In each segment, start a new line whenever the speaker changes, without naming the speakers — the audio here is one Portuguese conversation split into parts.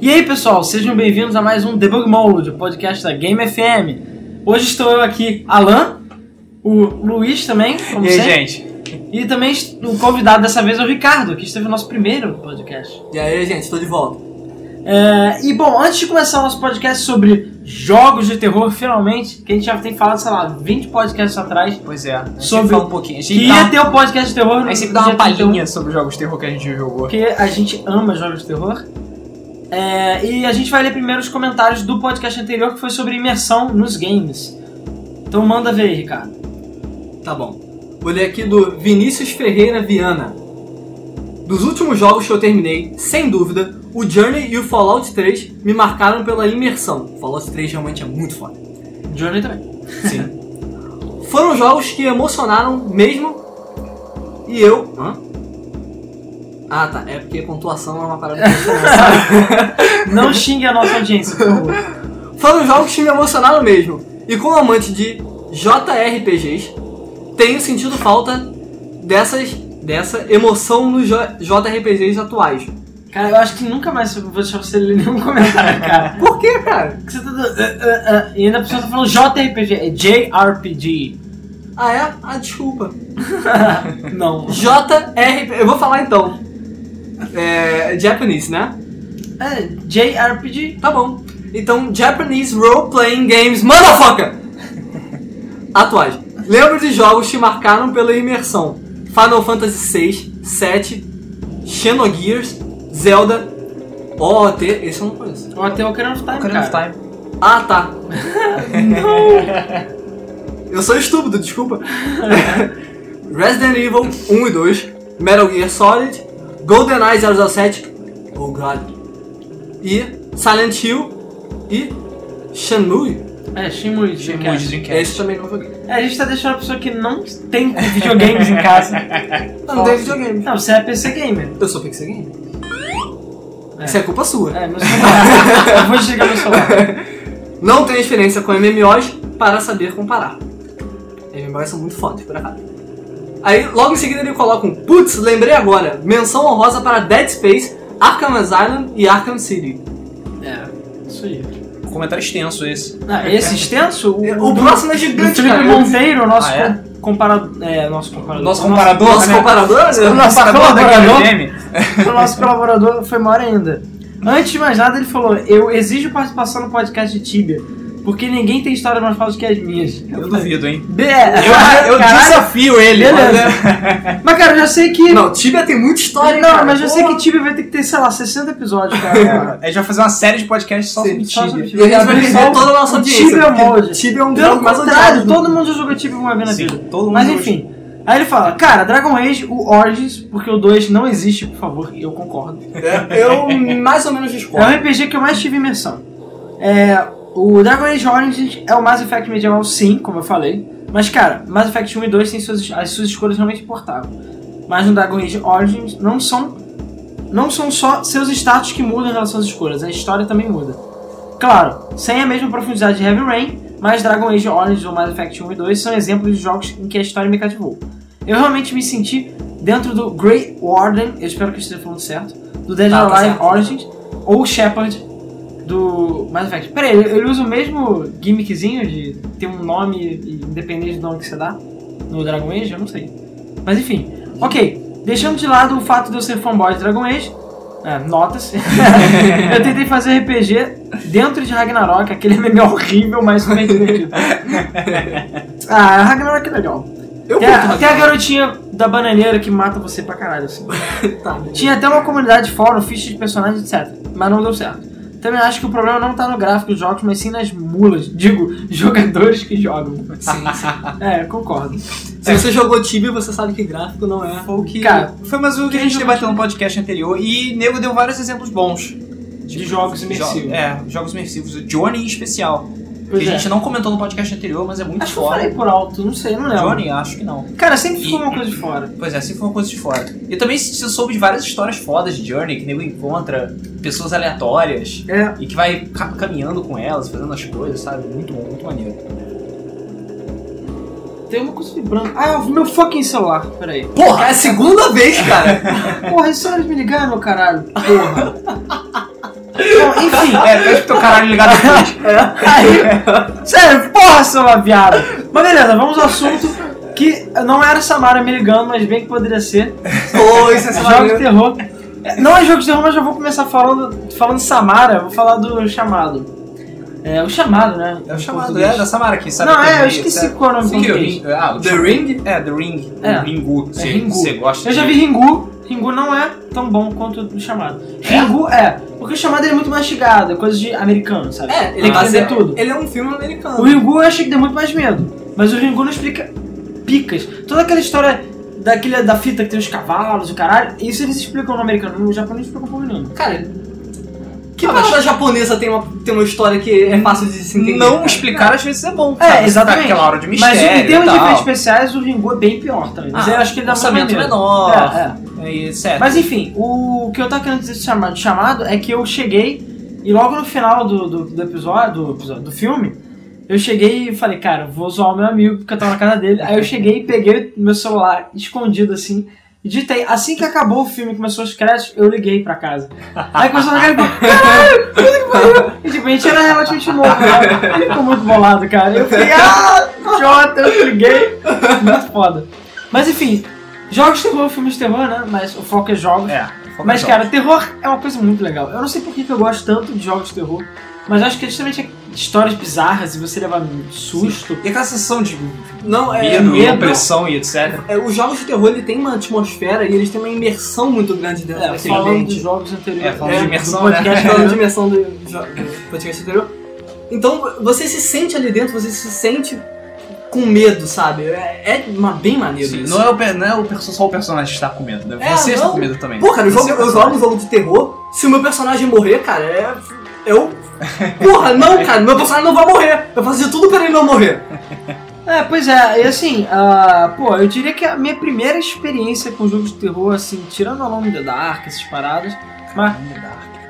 E aí, pessoal, sejam bem-vindos a mais um Debug Mode, o podcast da Game FM. Hoje estou eu aqui, Alan, o Luiz também, como
E aí,
sempre.
gente?
E também est- o convidado dessa vez é o Ricardo, que esteve no nosso primeiro podcast.
E aí, gente, tô de volta.
É, e bom, antes de começar o nosso podcast sobre jogos de terror, finalmente, que a gente já tem falado, sei lá, 20 podcasts atrás,
Pois é. A
Sobre-
gente sempre fala um pouquinho. A gente
que
sempre,
ia
dá,
ter o podcast de terror.
a gente sempre
no
dá uma
dia 31.
palhinha sobre os jogos de terror que a gente jogou.
porque a gente ama jogos de terror. É, e a gente vai ler primeiro os comentários do podcast anterior que foi sobre imersão nos games. Então manda ver aí, Ricardo.
Tá bom. Vou ler aqui do Vinícius Ferreira Viana. Dos últimos jogos que eu terminei, sem dúvida, o Journey e o Fallout 3 me marcaram pela imersão. O Fallout 3 realmente é muito foda.
Johnny também.
Sim. Foram jogos que emocionaram mesmo. E eu. Hã? Ah tá, é porque pontuação é uma parada que emocionante.
Não xingue a nossa audiência, por favor.
Foram jogos que me emocionaram mesmo. E como amante de JRPGs, tenho sentido falta dessas, dessa emoção nos J- JRPGs atuais.
Cara, eu acho que nunca mais vou deixar você ler nenhum comentário, cara.
Por que, cara?
Porque você tá. do- ah, ah, ah, e ainda a pessoa tá falando JRPG, é JRPG.
Ah é? Ah, desculpa.
Não.
JRPG. Eu vou falar então. É. Japanese, né?
É, JRPG.
Tá bom. Então, Japanese Role Playing Games, motherfucker! Atuais. Lembro de jogos que marcaram pela imersão: Final Fantasy VI, 7, Xenogears, Zelda, OOT, esse eu não conheço.
Ou até o Ocarina of Time,
Ocarina of
cara.
Time. né?
Ah, tá. Eu sou estúpido, desculpa. Resident Evil 1 e 2, Metal Gear Solid, GoldenEye 007, oh god, e Silent Hill e Shenmue.
É, Shimui.
Shimui de
É,
Dreamcast.
Esse também não joguei.
É, a gente tá deixando a pessoa que não tem videogames em casa.
Eu não tenho videogame.
Não, você é PC gamer.
Eu sou pixel game.
É.
Isso é culpa sua.
É, meu celular. Eu vou desligar meu celular.
Não tenho experiência com MMOs para saber comparar. MMOs são muito fodas, por acaso. Aí, logo em seguida, ele coloca um Putz, lembrei agora. Menção honrosa para Dead Space, Arkham Asylum e Arkham City.
É, isso aí.
Comentário extenso esse.
Ah, esse extenso, o,
O próximo é
do
gigante,
Felipe
cara.
Monteiro, nosso
Ah, é?
com- comparado, é, nosso comparador.
Nosso comparador,
Nosso
né?
comparador?
é
né?
O nosso
Nosso
comparador da
comparador.
Game
O nosso colaborador foi maior ainda. Antes de mais nada, ele falou: Eu exijo participação no podcast de Tibia, porque ninguém tem história mais falsa que as minhas.
Eu duvido, hein?
Be
Eu, eu
Caralho.
desafio ele.
Beleza. Mas, cara, eu já sei que.
Não, Tibia tem muita história,
Não,
cara.
mas eu
Porra.
sei que Tibia vai ter que ter, sei lá, 60 episódios, cara.
é, A gente vai fazer uma série de podcasts só sobre
Sim,
só sobre
Tibia.
E a gente vai perder toda a nossa
O
audiência.
Tibia
porque
molde.
Tibia é um
Pelo
jogo mais
contrário,
odiado.
todo mundo já jogou Tibia uma vez na vida.
Sim, né? todo mundo
Mas
hoje.
enfim. Aí ele fala, cara, Dragon Age, o Origins, porque o 2 não existe, por favor, e eu concordo.
É, Eu mais ou menos
É o
discordo.
RPG que eu mais tive imersão. É, o Dragon Age Origins é o Mass Effect medieval, sim, como eu falei. Mas, cara, Mass Effect 1 e 2 têm suas, as suas escolhas realmente importavam. Mas no Dragon Age Origins não são, não são só seus status que mudam em relação às escolhas, a história também muda. Claro, sem a mesma profundidade de Heavy Rain, mas Dragon Age Origins ou Mass Effect 1 e 2 são exemplos de jogos em que a história me cativou. Eu realmente me senti dentro do Grey Warden, eu espero que eu esteja falando certo, do Dead
Tá,
or
tá
Alive
certo.
Origins, ou Shepard do Mass Effect. Pera aí, ele usa o mesmo gimmickzinho de ter um nome e- independente do nome que você dá no Dragon Age? Eu não sei. Mas enfim, ok. Deixando de lado o fato de eu ser fanboy de Dragon Age, é, notas. eu tentei fazer RPG dentro de Ragnarok, aquele meme é horrível, mas super divertido. ah, Ragnarok é legal.
Eu
Tem a,
curto,
tem a garotinha da bananeira que mata você pra caralho, assim.
Tá.
Tinha até uma comunidade de fórum, ficha de personagens, etc. Mas não deu certo. Também acho que o problema não tá no gráfico dos jogos, mas sim nas mulas. Digo, jogadores que jogam.
Sim, sim.
É, eu concordo.
Se você jogou Tibia, você sabe que gráfico não é.
Foi o que,
Cara,
foi mais o que a
quem
gente
jogou
debateu no podcast anterior e Nego deu vários exemplos bons.
De jogos imersivos.
Jo- é, jogos imersivos. O Johnny em especial.
Pois
que
é.
a gente não comentou no podcast anterior, mas é muito
Acho que eu
foda.
falei por alto, não sei, não lembro.
Johnny, acho que não.
Cara, sempre ficou uma coisa de fora.
Pois é, assim foi uma coisa de fora. E também se soube de várias histórias fodas de Journey, que nego encontra pessoas aleatórias
É.
e que vai ca- caminhando com elas, fazendo as coisas, sabe? Muito bom, muito maneiro.
Tem uma coisa vibrando. Ah, o meu fucking celular. Pera aí.
Porra, é a segunda vez, cara.
Porra, isso horas me ligaram, meu caralho. Porra. Bom, Enfim,
É, pede
um
pro teu caralho ligar depois.
aí. Sério, porra, seu labiado. Mas beleza, vamos ao assunto que não era Samara me ligando, mas bem que poderia ser.
Pô, isso é
Jogo de
maneiro.
terror. É, Não é jogo de terror, mas já vou começar falando, falando de Samara, vou falar do chamado. É, o chamado, né?
É o
em
chamado,
português.
é, da Samara que sabe.
Não,
que
é, eu
Ringu,
esqueci
sabe?
qual é o nome
Sim,
em
o
português.
Ringu- Ah, o
The Ring?
É, The Ring.
É.
Ringu.
É Ringu.
Você gosta
Eu já
de-
vi Ringu. Ringu não é tão bom quanto o chamado. Ringu é, porque o chamado ele é muito mastigado, é coisa de americano, sabe?
É,
ele
ele
vai
é,
fazer tudo.
ele é um filme
O
americano.
Ringu eu achei que deu muito mais medo, mas o Ringu não explica picas. Toda aquela história daquele, da fita que tem os cavalos e o caralho, isso eles explicam no americano, no japonês não explica porra nenhuma.
Cara, que
Ah,
palavra japonesa tem uma, tem uma história que é fácil de se entender?
Não
cara?
explicar às vezes é bom.
É,
sabe? Você
exatamente.
Tá aquela hora de
Mas
mistério
em termos
e
de
tal.
efeitos especiais, o Ringu é bem pior também. Mas
Ah,
eu acho que ele dá muito mais
orçamento
medo.
menor.
É, é.
E etc.
Mas enfim, o que eu tava querendo dizer de chamado, chamado é que eu cheguei e logo no final do, do, do episódio, do, episódio- do filme, eu cheguei e falei, cara, vou zoar o meu amigo porque eu tava na casa dele. Aí eu cheguei e peguei meu celular escondido assim. E digitei, assim que acabou o filme, começou os créditos, eu liguei pra casa. Aí começou a ligar e falou, caralho, puta que pariu! E tipo, a gente era relativamente novo, né? Ele ficou muito bolado, cara. Eu fiquei, ah, idiota, eu liguei. Muito foda. Mas enfim, jogos de terror, filmes de terror, né? Mas o foco é jogos.
É, foca
Mas,
só.
cara, terror é uma coisa muito legal. Eu não sei por que que eu gosto tanto de jogos de terror, mas acho que é justamente histórias bizarras e você levar susto.
E aquela sensação de
Não, é.
medo,
medo.
opressão e etc.
é, os jogos de terror ele tem uma atmosfera e eles têm uma imersão muito grande dentro
É,
daquele
falando
ambiente.
dos jogos anteriores.
É, falando de
do
imersão,
podcast,
É, falando de
falando de-
imersão do, jo- do podcast anterior. Então você se sente ali dentro, você se sente com medo, sabe? É, é uma, bem maneiro
Sim,
isso.
não é, o, pe- não é o perso- só o personagem que está com medo, né?
É,
Você está
não.
com medo também.
Pô, cara, eu
Você
jogo,
é o
eu jogo um jogo de terror. Se o meu personagem morrer, cara, é. Eu. Porra, não, cara, meu personagem não vai morrer. Eu faço de tudo pra ele não morrer.
É, pois é, e assim, ah, pô, eu diria que a minha primeira experiência com jogos de terror, assim, tirando Alone in the Dark, essas paradas, mas.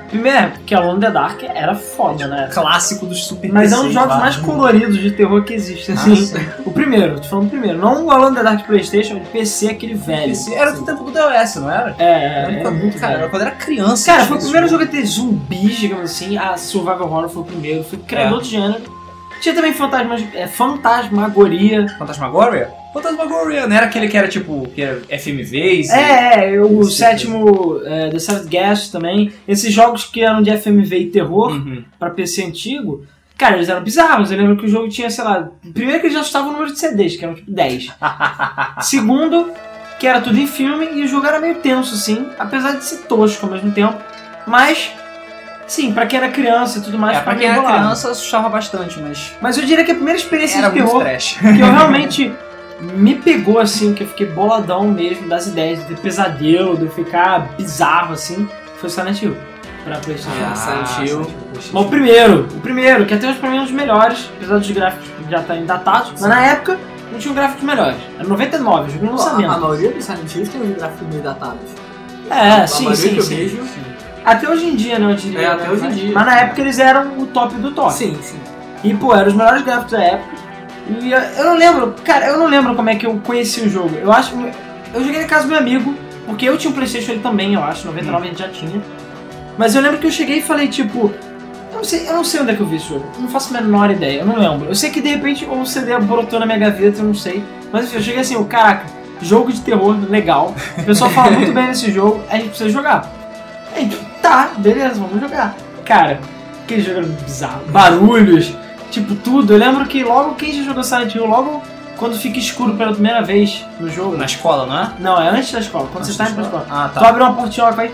Primeiro, porque Alone in the Dark era foda, né?
Clássico dos super
Mas é um
PCs,
dos jogos
lá.
mais coloridos de terror que existe,
Ah,
assim.
sim.
o primeiro, tô falando o primeiro. Não o Alone in the Dark de Playstation, de PC, aquele velho.
Esse Era do tempo do DOS, não era?
É,
Era
é, é
quando-
muito
cara,
velho.
era quando era criança.
Cara,
que
foi o
tinha
primeiro jogo
esse
a ter zumbis, digamos assim. A Survival Horror foi o primeiro. Foi criador
É.
outro gênero. Tinha também fantasmas, é, fantasmagoria.
Fantasmagoria? Fantasmagoria, não era aquele que era tipo, que era FMVs? e-
É, é, o
Esse
sétimo, é, The Seventh Guest também. Esses jogos que eram de FMV e terror
Uhum.
pra PC antigo, cara, eles eram bizarros. Eu lembro que o jogo tinha, sei lá, primeiro que eles já estavam o número de CDs, que eram tipo 10. Segundo, que era tudo em filme e o jogo era meio tenso, sim, apesar de ser tosco ao mesmo tempo. Mas, sim, pra quem era criança e tudo mais,
É, pra
foi
quem
meio
era
bolado.
criança, assustava bastante, mas
Mas eu diria que a primeira experiência
era
de
muito
terror
trash.
que eu realmente me pegou assim, que eu fiquei boladão mesmo das ideias, de ter pesadelo, de eu ficar bizarro assim, foi Silent Hill pra Playstation.
Ah, Silent Hill.
Mas o primeiro, o primeiro, que até hoje pra mim é um dos melhores, apesar dos gráficos que já estarem datados, mas na época não tinha um gráfico melhores. Era 99, jogo no
A, a
lançamento.
maioria dos Silent Hills tem um gráfico meio datado.
É,
A
sim,
maioria que
sim,
eu
sim.
vejo-
Até hoje em dia, né, eu diria.
É,
né,
até hoje em
mas-
dia.
Mas na época eles eram o top do top.
Sim, sim.
E, pô, eram os melhores gráficos da época. E eu, eu não lembro, cara, eu não lembro como é que eu conheci o jogo. Eu acho. Eu joguei na casa do meu amigo, porque eu tinha um Playstation ele também, eu acho, 99 ele já tinha. Mas eu lembro que eu cheguei e falei, tipo. Eu não, sei, eu não sei onde é que eu vi esse jogo, eu não faço a menor ideia, eu não lembro. Eu sei que de repente ou o CD brotou na minha gaveta, eu não sei. Mas enfim, eu cheguei assim, o caraca, jogo de terror, legal. O pessoal fala muito bem desse jogo, a gente precisa jogar. Aí, tá, beleza, vamos jogar. Cara, aquele jogo era bizarro. Barulhos, tipo tudo. Eu lembro que logo quem já jogou Silent Hill, logo quando fica escuro pela primeira vez no jogo. né?
Na escola, não é?
Não, é antes da escola, quando você tá indo pra escola.
Ah,
Tu
tá.
abre uma portiola e vai.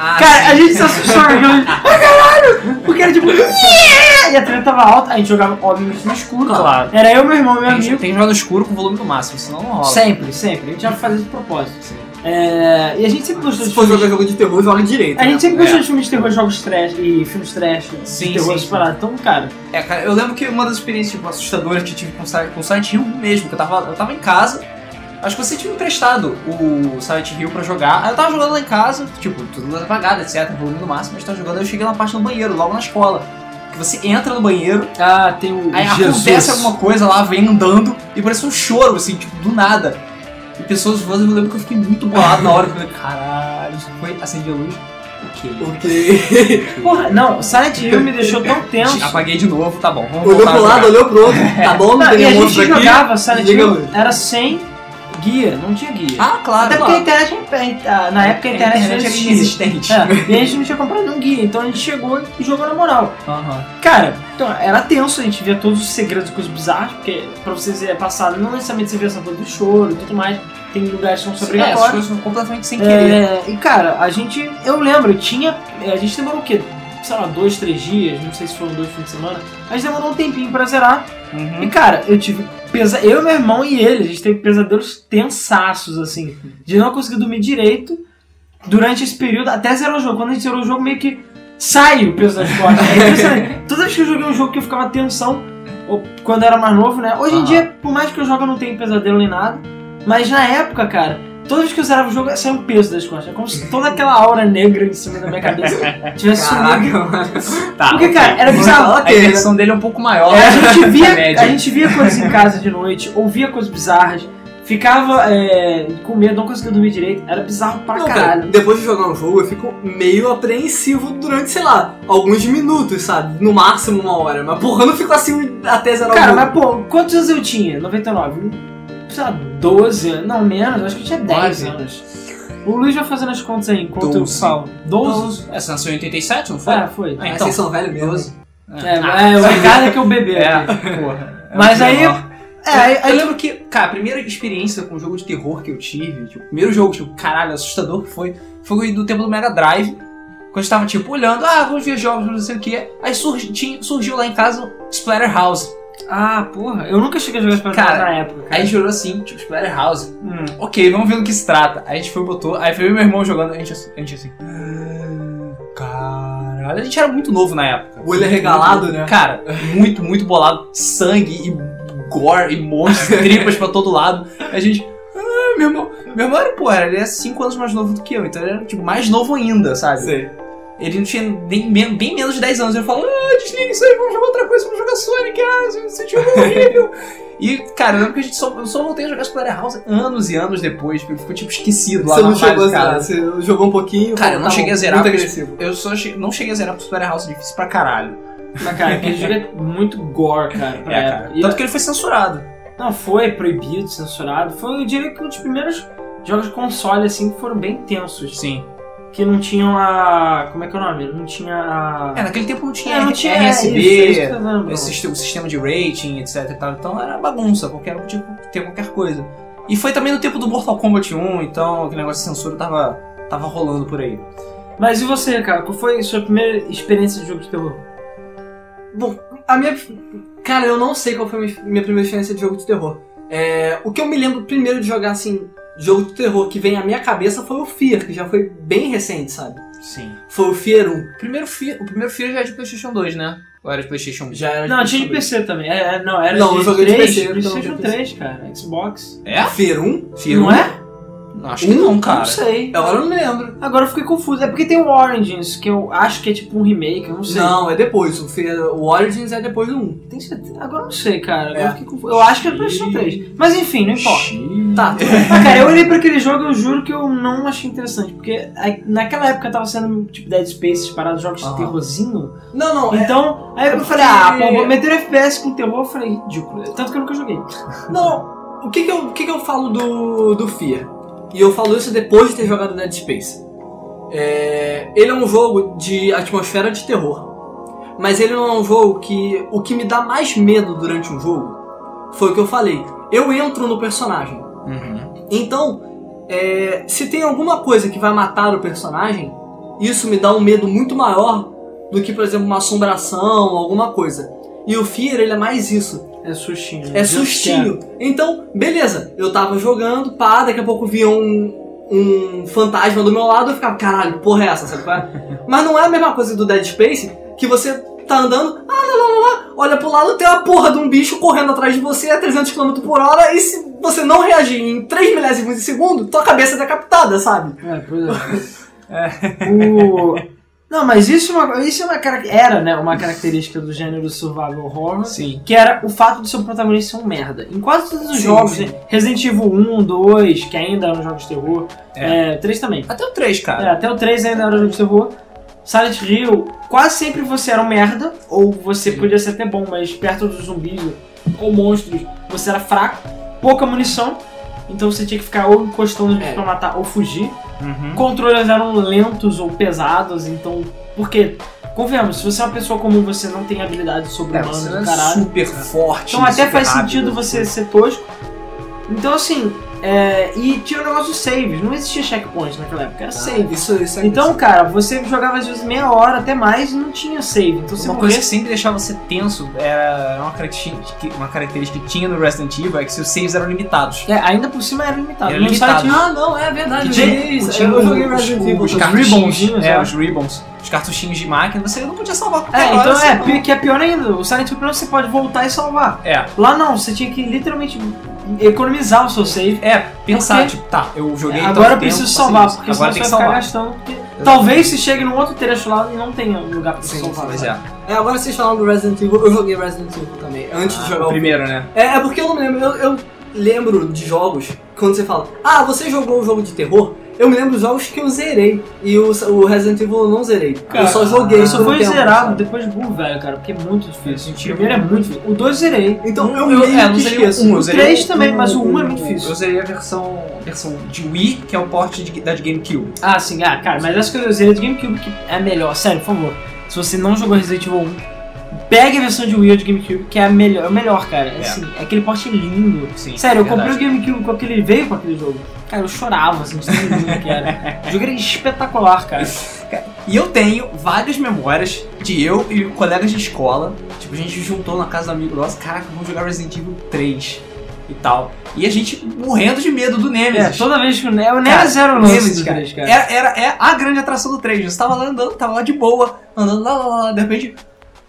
Ah,
Cara, a
sim.
gente se assustou, a gente, ah, caralho! Porque era tipo. E a trilha tava alta, a gente jogava, obviamente, no escuro.
Claro.
Era eu, meu irmão e meu
Tem,
amigo.
tem que jogar no escuro com o volume no máximo, senão não rola.
Sempre, sempre. A gente já fazia de propósito. É, e a gente sempre gostou
Se
de
for
filmes.
jogar jogo de terror, joga direito.
A
né?
gente sempre gostou
É.
de filmes de terror, jogos trash e filmes trash, de
Sim,
terror,
sim,
essas
sim.
paradas. Então, cara,
É, cara, eu lembro que uma das experiências tipo, assustadoras que eu tive com o Silent- com o Silent Hill mesmo, que eu tava, eu tava em casa, acho que você tinha me emprestado o Silent Hill pra jogar, aí eu tava jogando lá em casa, tipo, tudo apagado, etc, volume no máximo, mas tava jogando, aí eu cheguei na parte do banheiro, logo na escola, que você entra no banheiro,
ah, tem o
aí
Jesus.
acontece alguma coisa lá, vem andando, e parece um choro, assim, tipo, do nada. E pessoas voando, eu lembro que eu fiquei muito bolado na hora, que eu falei, caralho, isso foi, acendi a luz, Ok.
Ok.
Porra, não, Silent Hill me deixou tão tenso.
Apaguei de novo, tá bom. Vamos
olhou
voltar
pro
a jogar.
lado, olhou pro outro. Tá bom, não
Não,
tem
e a
nenhum
gente
monstro aqui.
jogava Silent
Liga
Hill,
luz.
era sem guia, não tinha guia.
Ah, claro.
Até tá, porque
claro.
a internet, a- na época a internet,
a
não
internet era
existia.
É inexistente.
É, e a gente não tinha comprado um guia, então a gente chegou e jogou na moral.
Aham.
Cara, então era tenso, a gente via todos os segredos e coisas bizarras, porque pra vocês é passado, não necessariamente você vê essa coisa do choro e tudo mais, tem lugares que são
É, essas
obrigatórios.
coisas são completamente sem querer.
É, e cara, a gente, eu lembro, tinha, é, a gente demorou o quê? Sei lá, dois, três dias, não sei se foram dois fins de semana, a gente demorou um tempinho pra zerar.
Uhum.
E cara, eu tive pesa eu, meu irmão e ele, a gente teve pesadelos tensaços, assim, de não conseguir dormir direito durante esse período, até zerar o jogo. Quando a gente zerou o jogo, meio que sai o peso das costas. É impressionante. Toda vez que eu joguei um jogo que eu ficava tensão, ou quando eu era mais novo, né? Hoje em
Aham.
dia, por mais que eu jogue, eu não tenho pesadelo nem nada, mas na época, cara. Toda vez que eu zerava o jogo, saia um peso das costas. É como se toda aquela aura negra em cima da minha cabeça tivesse sumido.
Caraca, mano.
Tá,
Porque,
ok.
cara, era bizarro.
A imersão dele é um pouco maior.
É, a, gente
que a
via,
média.
a gente via coisas em casa de noite, ouvia coisas bizarras, ficava é, com medo, não conseguia dormir direito, era bizarro pra
Não, cara,
caralho.
depois de jogar um jogo, eu fico meio apreensivo durante, sei lá, alguns minutos, sabe? No máximo uma hora. Mas porra, eu não fico assim até zerar
Cara,
um
o jogo.
mas pô, quantos anos eu tinha? 99? Um, Sei lá, 12 anos? Não, menos, acho que eu tinha 10
Quase.
anos. O Luiz vai fazendo as contas aí enquanto eu
Doze.
falo. 12?
Essa nasceu em 87, não foi?
Ah, foi.
Ah,
Mas
então.
vocês são velhos mesmo.
É, é, o Ricardo é que eu bebê.
É,
aqui.
porra.
Mas aí- É, aí,
eu
aí
lembro que, cara, a primeira experiência com um jogo de terror que eu tive, tipo, o primeiro jogo, tipo, caralho, assustador que foi, foi do tempo do Mega Drive. Quando eu tava, tipo, olhando, ah, vamos ver jogos, não sei o que. Aí surgi, tinha- surgiu lá em casa o Splatterhouse.
Ah, porra, eu nunca cheguei a jogar Splatterhouse
Cara,
na época.
Aí a
Cara.
gente olhou assim, tipo, Splatterhouse.
Hum.
Ok, vamos ver do que se trata. Aí a gente foi, botou, aí foi eu e meu irmão jogando, a gente, assim- a gente assim. "Ah, Caralho, a gente era muito novo na época.
O olho é regalado, né?
Cara, muito, muito bolado. Sangue e gore e monstros, e tripas pra todo lado. A gente. Ah, meu irmão. Meu irmão era, pô, ele é 5 anos mais novo do que eu, então ele era tipo, mais novo ainda, sabe?
Sei.
Ele não tinha nem, men- bem menos de 10 anos. Ele falou: ah, desliga isso aí, vamos jogar outra coisa, vamos jogar Sonic, ah, você você tinha um jogo horrível. E, cara, eu lembro que a gente só, eu só voltei a jogar Splatterhouse anos e anos depois, porque ficou tipo esquecido lá
Você
na
não chegou a
base,
zerar,
cara.
você jogou um pouquinho.
Cara, eu
falou,
não
tá
cheguei
bom,
a zerar,
Muito
porque-
agressivo.
Eu só che- não cheguei a zerar pro Splatterhouse é difícil pra caralho.
Mas, cara, aquele jogo é muito gore, cara, pra
É,
época.
cara.
E-
Tanto que ele foi censurado.
Não, foi proibido, censurado. Foi, eu diria que um dos primeiros jogos de console, assim, que foram bem tensos.
Sim.
Que não tinham a... como é que é o nome? Não tinha a...
É, naquele tempo não tinha,
É, não tinha é, isso, é isso que eu
RSB,
tô falando,
esse sistema- sistema de rating, etc e tal. Então era bagunça, qualquer um podia ter qualquer coisa. E foi também no tempo do Mortal Kombat 1, então aquele negócio de censura tava, tava rolando por aí.
Bruno. Mas e você, cara? Qual foi a sua primeira experiência de jogo de terror?
Bom, a minha. Cara, eu não sei qual foi a minha- minha primeira experiência de jogo de terror. É, o que eu me lembro primeiro de jogar, assim, jogo de terror que vem à minha cabeça foi o Fear, que já foi bem recente, sabe?
Sim.
Foi o Fear 1.
O primeiro, fi, o primeiro filho já é de Playstation 2, né? Ou era de Playstation 1?
Já era
Não, tinha de
PlayStation
PC também. É, é, não, era
Não,
de
eu joguei de
3,
PC, então não
PlayStation
tinha
3, cara. Xbox.
É?
dois. Fear 1?
Filho
Não é?
Acho que não, cara.
Não sei.
Agora Então, eu não me lembro.
Agora eu fiquei confuso. É porque tem o Origins, que eu acho que é tipo um remake, eu não sei.
Não, é depois. O, Fear, o Origins é depois do 1.
Tem certeza? Agora eu não sei, cara. Agora
É.
eu fiquei confuso. Eu acho que é PlayStation 3. Mas enfim, não importa.
Xiii.
Tá,
Ah, cara, eu olhei pra aquele jogo e eu juro que eu não achei interessante, porque a- naquela época tava sendo tipo Dead Space, parado jogos de
Aham.
terrorzinho.
Não, não, é-
Então, aí eu
porque-
falei, ah, pô, vou meter FPS com terror, eu falei, ridículo. Tanto que eu nunca joguei.
Não, o que que eu, o que que eu falo do, do Fear? E eu falo isso depois de ter jogado Dead Space. É, ele é um jogo de atmosfera de terror. Mas ele não é um jogo que. O que me dá mais medo durante um jogo foi o que eu falei. Eu entro no personagem.
Uhum.
Então, é, se tem alguma coisa que vai matar o personagem, isso me dá um medo muito maior do que, por exemplo, uma assombração, alguma coisa. E o Fear, ele é mais isso.
É sustinho.
É
né?
sustinho. Então, beleza. Eu tava jogando, pá, daqui a pouco vinha um, um fantasma do meu lado, eu ficava, caralho, que porra é essa, sabe qual é? Mas não é a mesma coisa do Dead Space, que você tá andando, ah, lá, lá, lá, lá, olha pro lado, tem uma porra de um bicho correndo atrás de você a 300 km por hora, e se você não reagir em 3 milésimos de segundo, tua cabeça é decapitada, sabe?
É, pois é. O... Não, mas isso é uma, isso é uma cara- era, né, uma característica do gênero survival horror,
Sim.
que era o fato do seu protagonista ser um merda. Em quase todos os
Sim,
jogos,
sim.
né, Resident Evil 1, 2, que ainda eram jogos de terror, é. 3 também.
Até o 3,
É,
cara.
até o 3 ainda era jogo de terror. Silent Hill, quase sempre você era um merda, ou você
Sim.
podia ser até bom, mas perto dos zumbis ou monstros, você era fraco, pouca munição, então você tinha que ficar ou encostando nos
É.
pra matar ou fugir.
Uhum.
Controles eram lentos ou pesados, então. Porque, convenhamos, se você é uma pessoa comum, você não tem habilidade sobre
É,
humanos
você
do
é
caralho.
super forte.
Então até
super
faz
rápido. né?
sentido você ser tosco. Então assim, é, e tinha o negócio dos saves, não existia checkpoint naquela época,
Ah,
era save.
Isso, isso é
Então, cara, você jogava às vezes meia hora, até mais, e não tinha save. Então você
Uma coisa que
morria.
sempre deixava você tenso era uma característica, que- uma característica que tinha no Resident Evil é que seus saves eram limitados.
É, ainda por cima era limitado.
Era
Não
limitado.
tinha-
Ah, não, é
Que
verdade. Eu
tinha-
joguei isso.
tinha
Eu joguei
os-
Resident Evil.
os
Os
com-
cartuchinhos,
ribbonzinhos,
é,
é.
os ribbons, os cartuchinhos de máquina, você não podia salvar qualquer
É,
hora,
então é,
senão-
pi- que é pior ainda. O Silent Hill é você pode voltar e salvar.
É,
Lá não, você tinha que literalmente economizar o seu save.
é, pensar,
Porque- É,
tipo, tá, eu joguei tanto
Agora eu
tempo,
preciso
passei
salvar,
isso,
porque
agora
senão você
tem
vai
que
ficar
salvar.
gastando. porque- Talvez se chegue num outro trecho lá e não tenha lugar pra você
Sim,
salvar.
Pois é.
É, agora vocês falam do Resident Evil. Eu joguei Resident Evil também, antes de jogar
o
o
primeiro, né?
É, é porque eu não lembro. Eu, eu lembro de jogos quando você fala, ah, você jogou o jogo de terror? Eu me lembro dos jogos que eu zerei. E o, o Resident Evil eu não zerei. eu só joguei.
Eu só
Ah,
por um
fui
tempo,
zerado
sabe?
depois de burro, velho, cara, porque é muito difícil. O
Resident Evil.
primeiro é muito difícil. O 2 zerei.
Então eu,
Eu-
meio
é,
que
não zerei o
esqueço.
um, eu
O
zerei
3 também, mas o 1 é muito
Eu
difícil.
usei a versão, versão de Wii, que é o port de- da de GameCube.
Ah, sim, ah, cara, mas essa que eu usei é do GameCube que é a melhor, sério, por favor. Se você não jogou Resident Evil 1, pegue a versão de Wii ou de GameCube, que é a melhor, é o melhor, cara.
É.
Assim, é aquele porte lindo.
Sim, é
Sério, eu
verdade.
comprei o GameCube com aquele. veio com aquele jogo. Cara, eu chorava, assim, de tão lindo que era. O jogo era espetacular, cara.
E eu tenho várias memórias de eu e colegas de escola. Tipo, a gente juntou na casa do amigo nosso, caraca, vamos jogar Resident Evil 3 e tal. E a gente morrendo de medo do
É,
Nemesis.
toda vez que o Neo. O Neo
Cara,
é zero no lance
Nemesis,
do
cara.
três, cara.
Era, era é a grande atração do 3. Você tava lá andando, tava lá de boa, andando lá, lá, lá, de repente.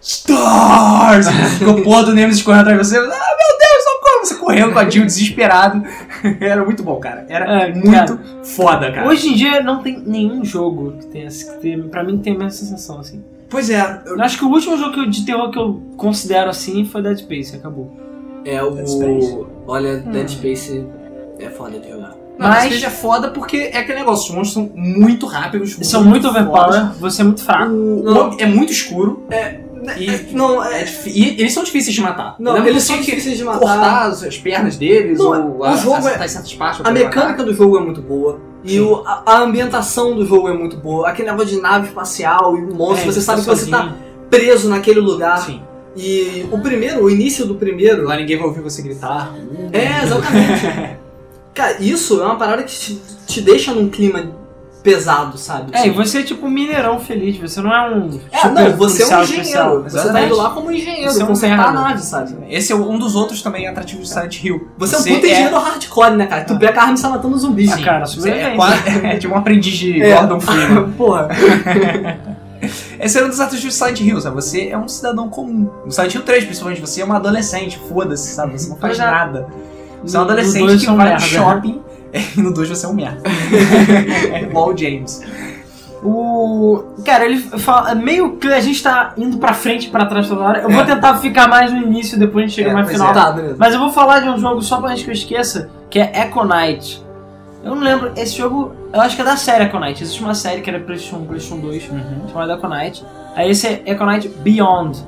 Stars! Ficou porra do Nemesis correndo atrás de você. Ah, meu Deus, socorro! Você correndo com a Jill desesperado. era muito bom, cara. Era
É,
muito
cara.
foda, cara.
Hoje em dia não tem nenhum jogo que tenha. esse- Que tenha pra mim tem a mesma sensação, assim.
Pois é, eu-
Eu acho que o último jogo que eu- de terror que eu considero assim foi Dead Space, acabou.
É o.
Dead Space.
Olha, Dead
Hum.
Space é foda de jogar.
Não, mas
Mas-
seja foda porque é aquele negócio, os monstros são muito rápidos.
Eles são muito
fodas.
overpower, você é muito fraco.
O
Não.
homem é muito escuro. E,
Não,
é
é.
difí- e eles são difíceis de matar.
Não,
Lembra
eles
que
são
tinha que
difíceis de matar.
cortar as, as pernas deles
Não,
ou
o
a-
jogo
acertar
é-
em certas partes. um
A
pra
mecânica do jogo é muito boa. E
Sim.
o- a, a ambientação do jogo é muito boa. Aquele negócio de nave espacial e um monstro,
É,
você sabe que você
sozinho.
tá preso naquele lugar.
matar. Sim.
E o primeiro, o início do primeiro,
Lá ninguém vai ouvir você gritar.
É, exatamente. Cara, isso é uma parada que te, te deixa num clima pesado, sabe?
É, e você é tipo um mineirão feliz, você não é um.
É,
super
não, você é um
policial
engenheiro.
especial.
Você tá
Exatamente.
indo lá como engenheiro,
Você é um
consertar a
merda.
nave, sabe?
Esse é um dos outros também atrativos de Silent Hill.
Você, é um puta engenheiro hardcore, né, cara? Tu pega a arma e sai matando zumbi.
Ah, cara,
Você é,
sobrevivência.
quase, é tipo um aprendiz de
É.
Gordon Freeman.
Porra.
Esse era um dos atrativos de Silent Hill, sabe? Você é um cidadão comum. No Silent Hill 3, principalmente, você é uma adolescente. Foda-se, sabe? Você não faz
Pois é.
nada. Você é um
No- no
adolescente
dois
que
são
vai
merda,
no
né?
shopping e no 2 você é um merda. Igual o James.
O. Cara, ele fala. é Meio que a gente tá indo pra frente e pra trás toda hora. Eu
É.
vou tentar ficar mais no início, depois a gente chega
É,
mais no
pois
final.
Tá, beleza.
Mas eu vou falar de um jogo só pra gente que eu esqueça, que é Echo Knight. Eu não lembro, esse jogo, eu acho que é da série Echo Knight. Existe uma série que era PlayStation 1, PlayStation 2. chamado Echo Knight. Aí esse é Echo Knight Beyond.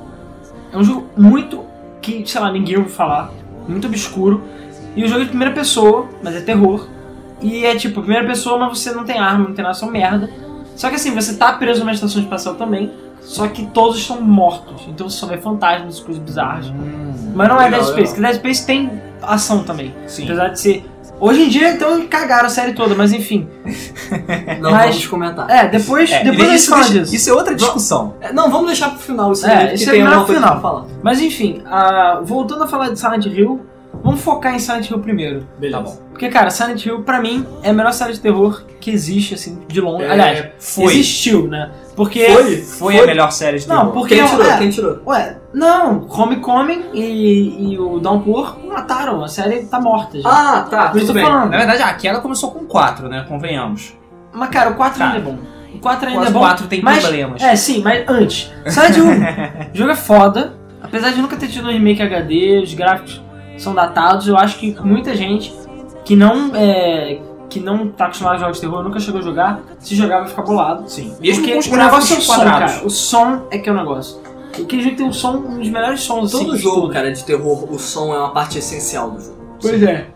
É um jogo muito que, sei lá, ninguém ouviu falar, muito obscuro. E o jogo é de primeira pessoa, mas é terror. E é tipo, primeira pessoa, mas você não tem arma, não tem nada, só merda. Só que assim, você tá preso numa estação espacial também, só que todos estão mortos. Então você só vê fantasmas, coisas bizarras. Mas não é
Legal,
Dead Space,
legal.
porque Dead Space tem ação também.
Sim.
Apesar de ser. Hoje em dia, então, cagaram a série toda, mas enfim.
Não
Mas-
vamos comentar.
É, depois,
É,
depois a gente
isso,
fala
deixa-
disso.
isso é outra discussão.
É, Não, vamos deixar pro final isso
É,
daí, porque
isso é
tem
melhor
alguma
pro
coisa
final.
pra falar.
Mas enfim, ah, voltando a falar de Silent Hill, vamos focar em Silent Hill primeiro.
Tá bom.
Porque, cara, Silent Hill, pra mim, é a melhor série de terror que existe, assim, de longe.
É,
Aliás,
Foi.
existiu, né? Porque.
Foi?
Foi, a melhor série de
Não,
terror.
porque.
Quem tirou?
é,
Quem tirou?
Ué, não, Homecoming e, e o Downpour mataram, a série tá morta já.
Ah, tá.
Por isso
Tudo
eu tô
bem.
falando.
Na verdade, aquela começou com 4, né? Convenhamos.
Mas, cara, o 4
Tá.
Cara,
ainda é bom. O 4 ainda
Mas
é
o
bom.
4 tem
mas,
problemas.
É, sim, mas antes. Silent Hill 1. o jogo é foda. Apesar de nunca ter tido um remake HD, os gráficos são datados. Eu acho que muita gente que não é. Que não tá acostumado a jogos de terror, nunca chegou a jogar, se jogar vai ficar bolado.
Sim. Mesmo
Porque
com os
o negócio é o
gráficos
som,
quadrados.
cara. O som é que é o negócio. Aquele jogo tem um som, um dos melhores sons assim.
Todo jogo, cara, de terror, o som é uma parte essencial do jogo.
Pois é.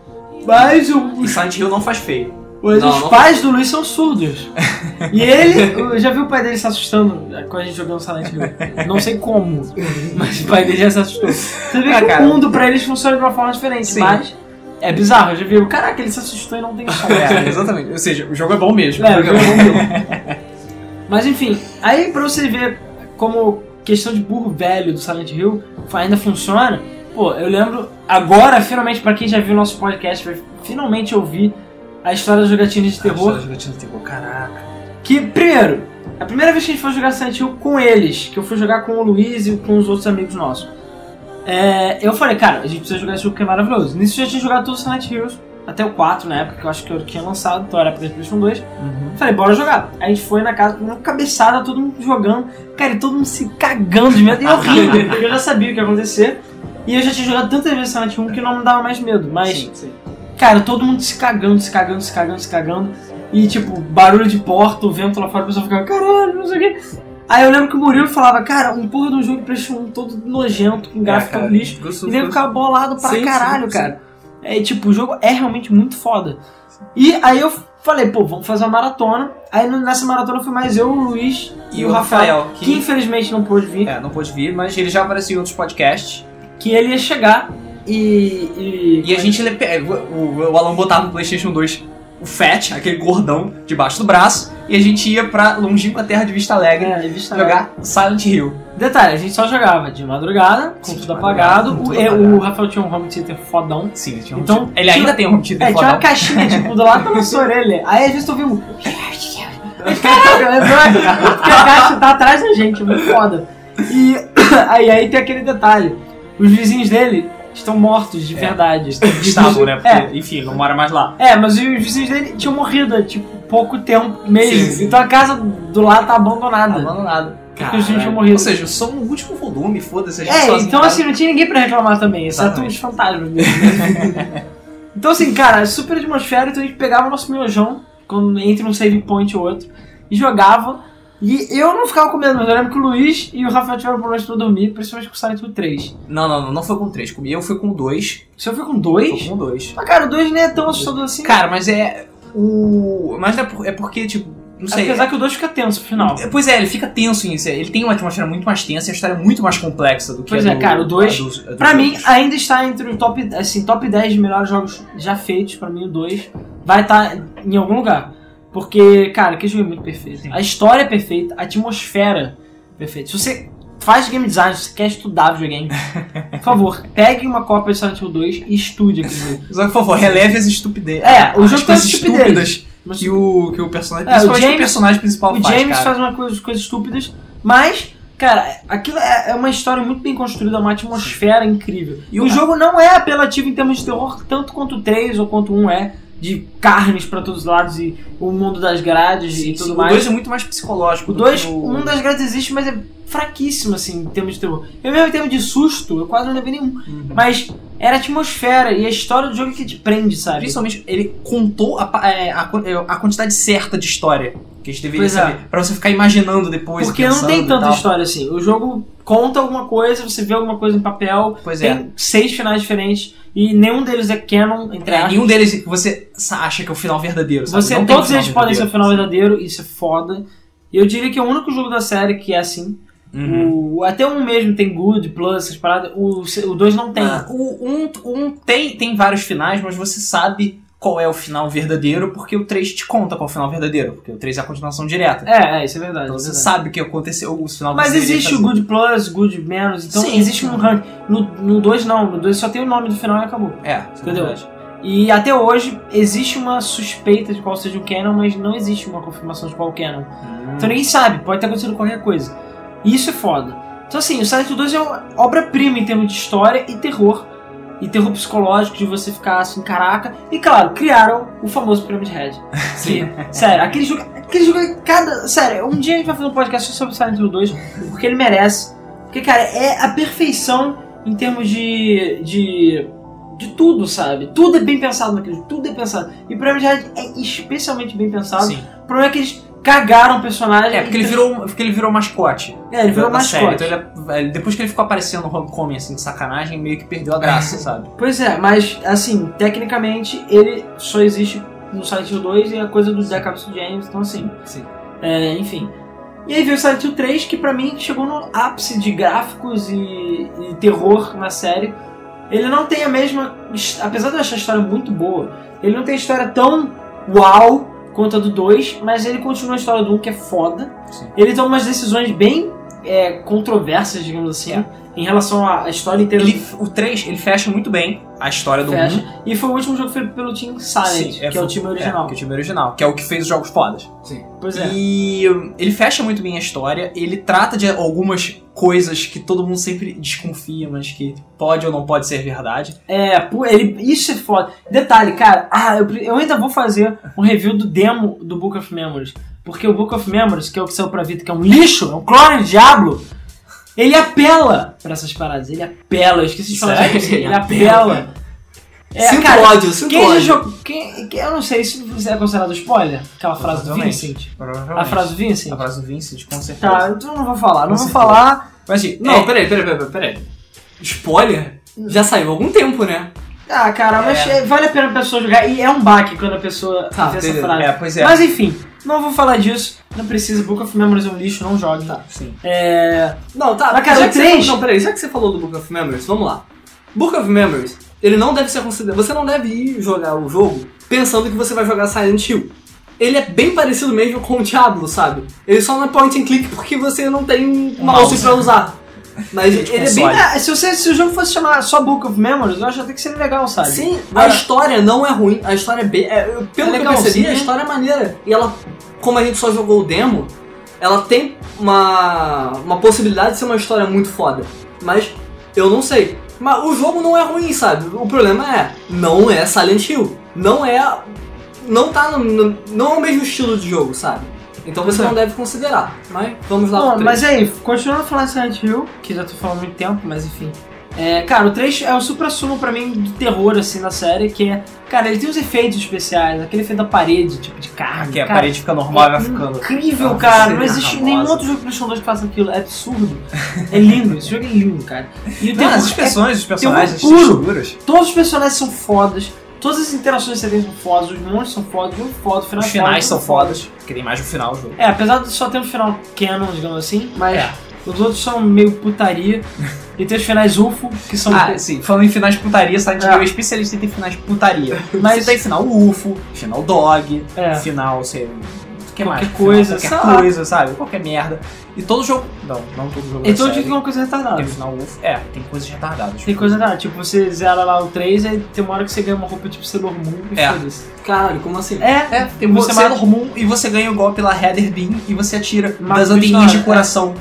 Mas o,
E Silent Hill não faz feio.
Mas
Não,
os
não
pais do Luiz são surdos. E ele, eu já vi o pai dele se assustando quando a gente jogou no Silent Hill. Não sei como, mas o pai dele já se assustou. Você vê
Ah,
que
cara.
o mundo pra eles funciona de uma forma diferente,
Sim.
mas é bizarro. Eu já vi, caraca, ele se assustou e não tem som.
É, exatamente. Ou seja, o jogo é bom mesmo.
É, eu não vi. Mas enfim, aí pra você ver como questão de burro velho do Silent Hill fa- ainda funciona, pô, eu lembro agora, finalmente, pra quem já viu o nosso podcast, vai finalmente ouvir a história das jogatinas de terror.
terror. Caraca.
Que, primeiro, a primeira vez que a gente foi jogar Silent Hill com eles, que eu fui jogar com o Luiz e com os outros amigos nossos, é, eu falei, cara, a gente precisa jogar esse jogo que é maravilhoso. Nisso eu já tinha jogado todos os Silent Hills, até o 4 na época, que eu acho que eu tinha lançado, então era pra PlayStation 2. Falei, bora jogar. A gente foi na casa, uma cabeçada, todo mundo jogando. Cara, e todo mundo se cagando de medo. E eu rindo, porque eu já sabia o que ia acontecer. E eu já tinha jogado tantas vezes Silent Hill que não me dava mais medo. Mas,
Sim, sim.
cara, todo mundo se cagando, se cagando, se cagando, se cagando. E, tipo, barulho de porta, o vento lá fora, a pessoa ficava, caralho, não sei o quê. Aí eu lembro que o Murilo falava, cara, um porra de um jogo de um todo nojento,
um
com gráfico
É, cara,
lixo.
gostoso,
E nego
gostoso.
ficava bolado pra
Sim,
caralho,
sim, sim.
cara. É tipo, o jogo é realmente muito foda. E aí eu falei, pô, vamos fazer uma maratona. Aí no- nessa maratona foi mais eu, o Luiz e, o Rafael, que...
que
infelizmente não pôde vir,
É, não pôde vir, mas ele já apareceu em outros podcasts.
que ele ia chegar e. E,
E a gente. ele- é, O, o Alan botava no PlayStation 2 o Fat, aquele gordão, debaixo do braço. E a gente ia pra longínqua terra de Vista Alegre
É, ele estava-
jogar Silent Hill.
Detalhe, a gente só jogava de madrugada, com
Sim, de
tudo
madrugada,
apagado.
com
O,
tudo
é,
apagado.
o Rafael tinha um home theater fodão.
Sim, tinha
Então,
então, Ele ainda
tinha-
tem um home theater
É, tinha uma
fodão.
caixinha, tipo, do lado da nossa orelha. Aí a gente tu ouviu um. Caraca, é doido. Porque a caixa tá atrás da gente, é muito foda. E aí, aí tem aquele detalhe: os vizinhos dele estão mortos de
É.
verdade.
Estavam, né? Porque,
É.
enfim, não mora mais lá.
É, mas os vizinhos dele tinham morrido há, tipo, pouco tempo mesmo.
Sim, sim.
Então a casa do lado tá abandonada.
Abandonado.
Porque os vizinhos tinham
Caralho.
morrido.
Ou seja, só um último volume, foda-se. a gente
É,
sozinho tá? em
então
casa.
assim, não tinha ninguém pra reclamar também, exceto
Exatamente.
os fantasmas mesmo. então assim, cara, super atmosfera, então a gente pegava o nosso miojão, quando entre um save point e outro, e jogava. E eu não ficava com medo, mas eu lembro que o Luiz e o Rafael tiveram problemas pra dormir, principalmente com o Silent Hill 3.
Não, não, não, não foi com três. Comigo eu fui com dois.
O senhor foi com
Foi
2?
com dois.
Mas cara, o 2 nem é tão assustador assim.
Cara, mas é. O. Mas é, por- é porque, tipo, não sei.
Apesar que o 2 fica tenso no final.
É, Pois é, ele fica tenso em si. Ele tem uma atmosfera muito mais tensa e a história é muito mais complexa do que
Pois
a
é,
do,
cara, o dois,
a dos- a dos
Pra mim,
outros.
ainda está entre o top, assim, top 10 de melhores jogos já feitos, pra mim o 2 vai estar em algum lugar. Porque, cara, que jogo é muito perfeito.
Sim.
A história é perfeita, a atmosfera é perfeita. Se você faz game design, se você quer estudar videogame, por favor, pegue uma cópia de Silent Hill 2 e estude aquele jogo.
Só que, por favor, releve as estupidez.
É, o
as
jogo tem as
coisas
estupidez.
estúpidas
Mas
que o, que o personagem.
É, o
principalmente que o
James-
personagem principal
o
faz.
James
cara.
faz uma coisa, coisas estúpidas, mas, cara, aquilo é, é uma história muito bem construída, é uma atmosfera incrível. E o
Ah.
jogo não é apelativo em termos de terror, tanto quanto o 3 ou quanto o 1 é, de carnes pra todos os lados e o mundo das grades
Sim,
e
sim,
tudo
O
mais.
2 é muito né? mais psicológico.
O um
do
2,
que
o
o
mundo das grades existe, mas é fraquíssimo, assim, em termos de terror. Eu mesmo em termos de susto, eu quase não levei nenhum.
Uhum.
Mas era a atmosfera e a história do jogo é que te prende, sabe?
Principalmente, ele contou a, pa- é, a, quan- é, a quantidade certa de história que a gente deveria
Pois é.
saber. Pra você ficar imaginando depois.
Porque não
pensando
tem
e
tanta
tal.
história assim. O jogo conta alguma coisa, você vê alguma coisa em papel,
Pois é.
Tem seis finais diferentes e nenhum deles é canon, entre
É,
aspas.
nenhum deles que você sa- acha que é o final verdadeiro. Sabe?
Você,
Não tem
todos
final
eles podem ser o
verdadeiro.
final verdadeiro, isso é foda. E eu diria que é o único jogo da série que é assim.
Uhum.
O, até um mesmo tem good, plus, essas paradas. O 2 não tem.
Ah, o um, um tem, tem vários finais, mas você sabe qual é o final verdadeiro, porque o 3 te conta qual é o final verdadeiro, porque o 3 é a continuação direta.
É, é, isso é verdade.
então você
é verdade.
sabe o que aconteceu, o final que
Mas
você deveria
existe o
fazer.
good plus, good menos, então
Sim.
existe um rank. No 2 não, no 2 só tem o nome do final e acabou.
É, isso é
Entendeu?
verdade.
E até hoje existe uma suspeita de qual seja o canon, mas não existe uma confirmação de qual canon. Então ninguém sabe, pode ter acontecido qualquer coisa. E isso é foda. Então assim, o Silent Hill 2 é uma obra-prima em termos de história e terror. E terror psicológico de você ficar assim, caraca. E claro, criaram o famoso Pyramid Head. Que, sério, aquele jogo é Aquele jogo, é cada. Sério, um dia a gente vai fazer um podcast só sobre Silent Hill 2, porque ele merece. Porque, cara, é a perfeição em termos de. de. de tudo, sabe? Tudo é bem pensado naquele jogo, tudo é pensado. E o Pyramid Head é especialmente bem pensado.
Sim.
O problema é que eles cagaram o personagem.
É, porque ele virou, porque ele virou mascote.
É, ele virou
da- da série.
mascote.
Então ele é- depois que ele ficou aparecendo no Homecoming, assim, de sacanagem, meio que perdeu a graça, sabe?
Pois é, mas assim, tecnicamente ele só existe no Silent Hill 2 e é coisa do Zé Capsule James, então assim.
Sim.
É, enfim. E aí veio o Silent Hill 3, que pra mim chegou no ápice de gráficos e, e terror na série. Ele não tem a mesma. Apesar de eu achar a história muito boa, ele não tem a história tão uau quanto a do 2, mas ele continua a história do 1, que é foda.
Sim.
Ele toma umas decisões bem é, controversas, digamos assim,
É.
em relação à à história inteira do
Ele, o 3, ele fecha muito bem a história do
Fecha.
1.
E foi o último jogo feito pelo Team Silent,
Sim,
que é o time original.
que é o time original, que é o que fez os jogos fodas.
Pois é.
E hum, ele fecha muito bem a história, ele trata de algumas coisas que todo mundo sempre desconfia, mas que pode ou não pode ser verdade.
É, pô, ele, isso é foda. Detalhe, cara, ah, eu, pre- eu ainda vou fazer um review do demo do Book of Memories. Porque o Book of Memories, que é o que saiu pra Vita, que é um lixo, é um clone de Diablo, ele apela pra essas paradas. Ele apela, eu esqueci de falar
Sério?
isso. Ele
Ele
apela. É,
sinto
cara,
ódio, sinto
quem já
ódio.
jogou. Quem, quem- eu não sei se isso é considerado spoiler, aquela frase do
Provavelmente.
Vincent.
Provavelmente.
A frase do Vincent?
A frase do Vincent, com certeza.
Tá, então eu não vou falar, não
Com
vou
certeza.
falar.
Mas assim,
Não,
é-
peraí, peraí, peraí, peraí. Spoiler? Já saiu há algum tempo, né?
Ah, cara, mas é, vale a pena a pessoa jogar. E é um baque quando a pessoa
Tá,
vê essa
beleza.
frase.
é, pois é.
Mas enfim, não vou falar disso. Não precisa. Book of Memories é um lixo, não jogue.
Sim.
É.
Não, tá.
Mas, cara,
já
o
que você
três-
falou- não, peraí, já que você falou do Book of Memories, vamos lá. Book of Memories, ele não deve ser considerado. Você não deve ir jogar o jogo pensando que você vai jogar Silent Hill. Ele é bem parecido mesmo com o Diablo, sabe? Ele só não é point and click porque você não tem um
Um
mouse
mouse.
pra usar. Mas ele é bem.
console.
É, se, você- se o jogo fosse chamar só Book of Memories, eu acho até que seria legal, sabe?
Sim, a história não é ruim, a história é bem. é, eu- pelo
É
que eu
legalzinha.
percebi, a história é maneira. E ela, como a gente só jogou o demo, ela tem uma, uma possibilidade de ser uma história muito foda. Mas eu não sei. Mas o jogo não é ruim, sabe? O problema é, não é Silent Hill. Não é. Não tá no- no- não é o mesmo estilo de jogo, sabe? Então você
é.
não deve considerar. Mas vamos lá
Bom,
pro três.
mas aí, continuando a falar de Silent Hill, que já tô falando há muito tempo, mas enfim. É, cara, o 3 é o supra-sumo pra mim do terror, assim, da série, que é. Cara, ele tem uns efeitos especiais, aquele efeito da parede, tipo de carga.
Que a
cara, Hum.
parede fica normal e vai ficando.
Incrível,
Nossa,
cara.
seria
Não existe
famosa.
nenhum outro jogo de PlayStation 2 que faça aquilo. É absurdo. É lindo. Esse jogo é lindo, cara. E o
Não, as
terror é-
expressões, os personagens,
puro.
as figuras.
todos os personagens são fodas. Todas as interações que você tem são fodas. Os monstros são fodas. O jogo é foda. O final
Os
é foda,
finais
tudo
são fodas, porque tem mais no final do jogo.
É, apesar de só ter um final canon, digamos assim. Mas
É.
os outros são meio putaria. e tem os finais UFO, que são...
Ah, sim. Falando em finais de putaria, Silent
É.
Hill é especialista em ter finais de putaria.
Mas-
Mas tem final UFO, final dog,
É.
final, sei que
Qualquer
mais,
coisa,
final,
sei lá.
qualquer coisa, sabe? Qualquer merda. E todo jogo. Não, não todo jogo.
Então eu digo
da
que é
série
uma coisa retardada.
tem final UFO. É, tem coisas retardadas.
Tem coisa retardada. Tipo, você zera lá o 3 e tem uma hora que você ganha uma roupa tipo Sailor Moon e
É.
foda-se.
Caralho, como assim?
É,
É, tem
você
você
mata-
Sailor Moon e você ganha o golpe lá Heather Beam e você atira
Mata
das
o bicho na
anteninhas
hora,
de coração.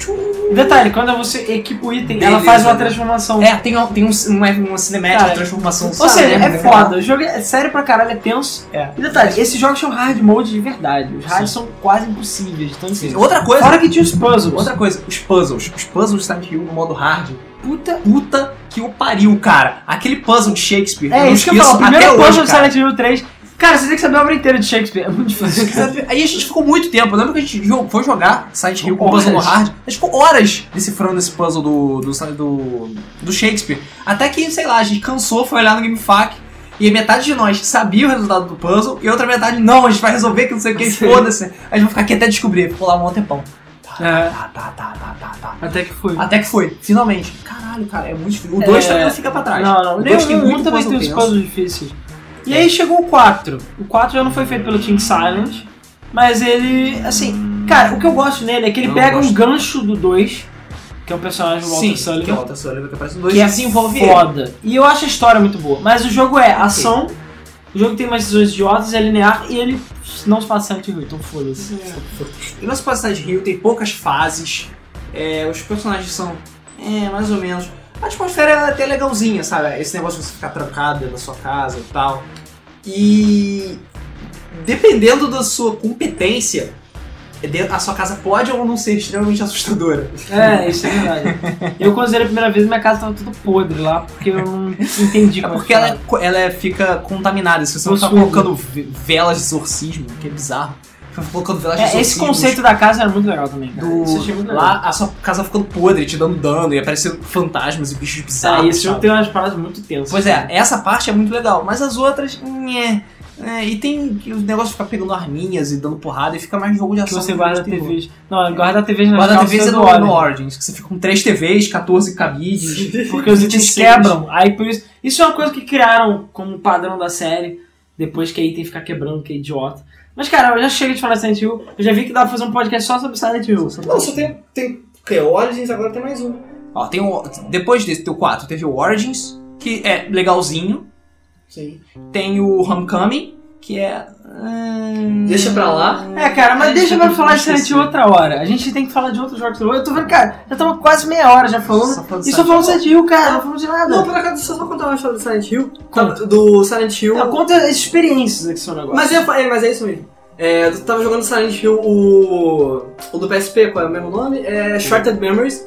Detalhe, quando você equipa o item, ela
Beleza,
faz uma
né?
transformação.
É, tem, um- tem um, uma, uma cinemática,
Cara,
uma transformação.
Ou seja,
sabe?
é foda. O jogo é sério pra caralho, é tenso.
É.
E detalhe, esses jogos são hard mode de verdade. Os hards
Sim.
são quase impossíveis. Então, assim,
Outra coisa,
Fora que tinha os puzzles.
Outra coisa, os puzzles. Os puzzles de Silent Hill no modo hard.
puta.
Puta que o pariu, cara. Aquele puzzle de Shakespeare.
É
não
isso que eu falo.
esqueço
Primeiro
até
puzzle
hoje,
do
cara.
Silent Hill 3. Cara, você tem que saber a obra inteira de Shakespeare. É muito difícil. cara.
Aí a gente ficou muito tempo. Eu lembro que a gente jo- foi jogar Silent Hill com o
Horas.
puzzle no hard. A gente ficou horas decifrando esse puzzle do, do, do, do Shakespeare. Até que, sei lá, a gente cansou, foi olhar no GameFAQ. E metade de nós sabia o resultado do puzzle. E outra metade, não, a gente vai resolver que não sei o que.
Sim.
Foda-se. A gente vai ficar aqui até descobrir. Ficou lá um tempão.
É.
Tá, tá, tá, tá, tá, tá.
Até que foi.
Até que foi, finalmente. Caralho, cara, é muito difícil. O
É.
2 também não fica pra trás.
Não, não.
O
Nem
2
o
tem É. muito
1 também
puzzle
tem os
tenso.
puzzles difíceis. E aí chegou o 4. O 4 já não foi feito pelo Team Silent. Mas ele, assim... Cara, o que eu gosto nele é que ele
Eu
pega um
gosto.
gancho do 2. Que é o personagem do Walter
Sim,
Sullivan.
que é o Walter Sullivan que aparece no 2
que é
desenvolve
foda. E eu acho a história muito boa. Mas o jogo é ação, o jogo tem umas decisões idiotas, é linear e ele não se passa Silent Hill, então
Uhum.
foda-se.
ele. E nosso Passagem de Rio tem poucas fases. É, os personagens são, é, mais ou menos. A atmosfera é até legalzinha, sabe? Esse negócio de você ficar trancado dentro da sua casa e tal. E. Dependendo da sua competência, de- a sua casa pode ou não ser extremamente assustadora.
É, isso é verdade. Eu, quando zerei a primeira vez, minha casa tava tudo podre lá, porque eu não entendi
É
como
porque ela,
ficava.
é co- ela é- fica contaminada. Se você não tá
Possuída.
colocando ve- velas de exorcismo, que é bizarro. Fica colocando velas de
É, esse
exorcismo. tipo,
conceito da casa era muito legal também, cara.
do-
Isso é eu achei muito legal.
lá a sua casa tá ficando podre, te dando dano e aparecendo fantasmas e bichos
Ah,
bizarros.
esse jogo
sabe?
tem umas paradas muito tensas.
Pois é, essa parte é muito legal, mas as outras, nhé. É, e tem o negócio de ficar pegando arminhas e dando porrada e fica mais jogo de
Que
ação.
você
do
guarda
que de terror.
TVs. Não, guarda TVs na
Guarda
calça
TVs é
do
no,
Origin.
no Origins, que você fica com 3 TVs, 14 cabides.
Porque os itens
26.
quebram. Aí por isso. Isso é uma coisa que criaram como padrão da série. Depois que aí tem que ficar quebrando, que é idiota. Mas, cara, eu já chego de falar de Silent Hill. Eu já vi que dá pra fazer um podcast só sobre Silent Hill.
Não, só tem. Tem. o quê? Origins agora tem mais um.
Ó, tem o, depois desse, tem o 4, teve o Origins, que é legalzinho.
Sim.
Tem o Homecoming, que é. hum,
Deixa pra lá.
É, cara, mas
É,
deixa
eu
pra
tô
falar de Silent Hill
esquecido.
outra hora. A gente tem que falar de outros jogos. Eu tô vendo, cara, já tava quase meia hora já falando.
Só falando
E só
Silent
falando de Silent Hill, cara, não Tá falamos de
Não,
nada.
Tá por acaso, deixa eu só contar uma história do Silent Hill.
Conta.
Tava- Do Silent Hill.
Não, conta as experiências aqui seu negócio.
Mas é, é, mas é isso mesmo. É, eu tava jogando Silent Hill, o. O do PSP, qual é o mesmo nome? É Shorted Memories.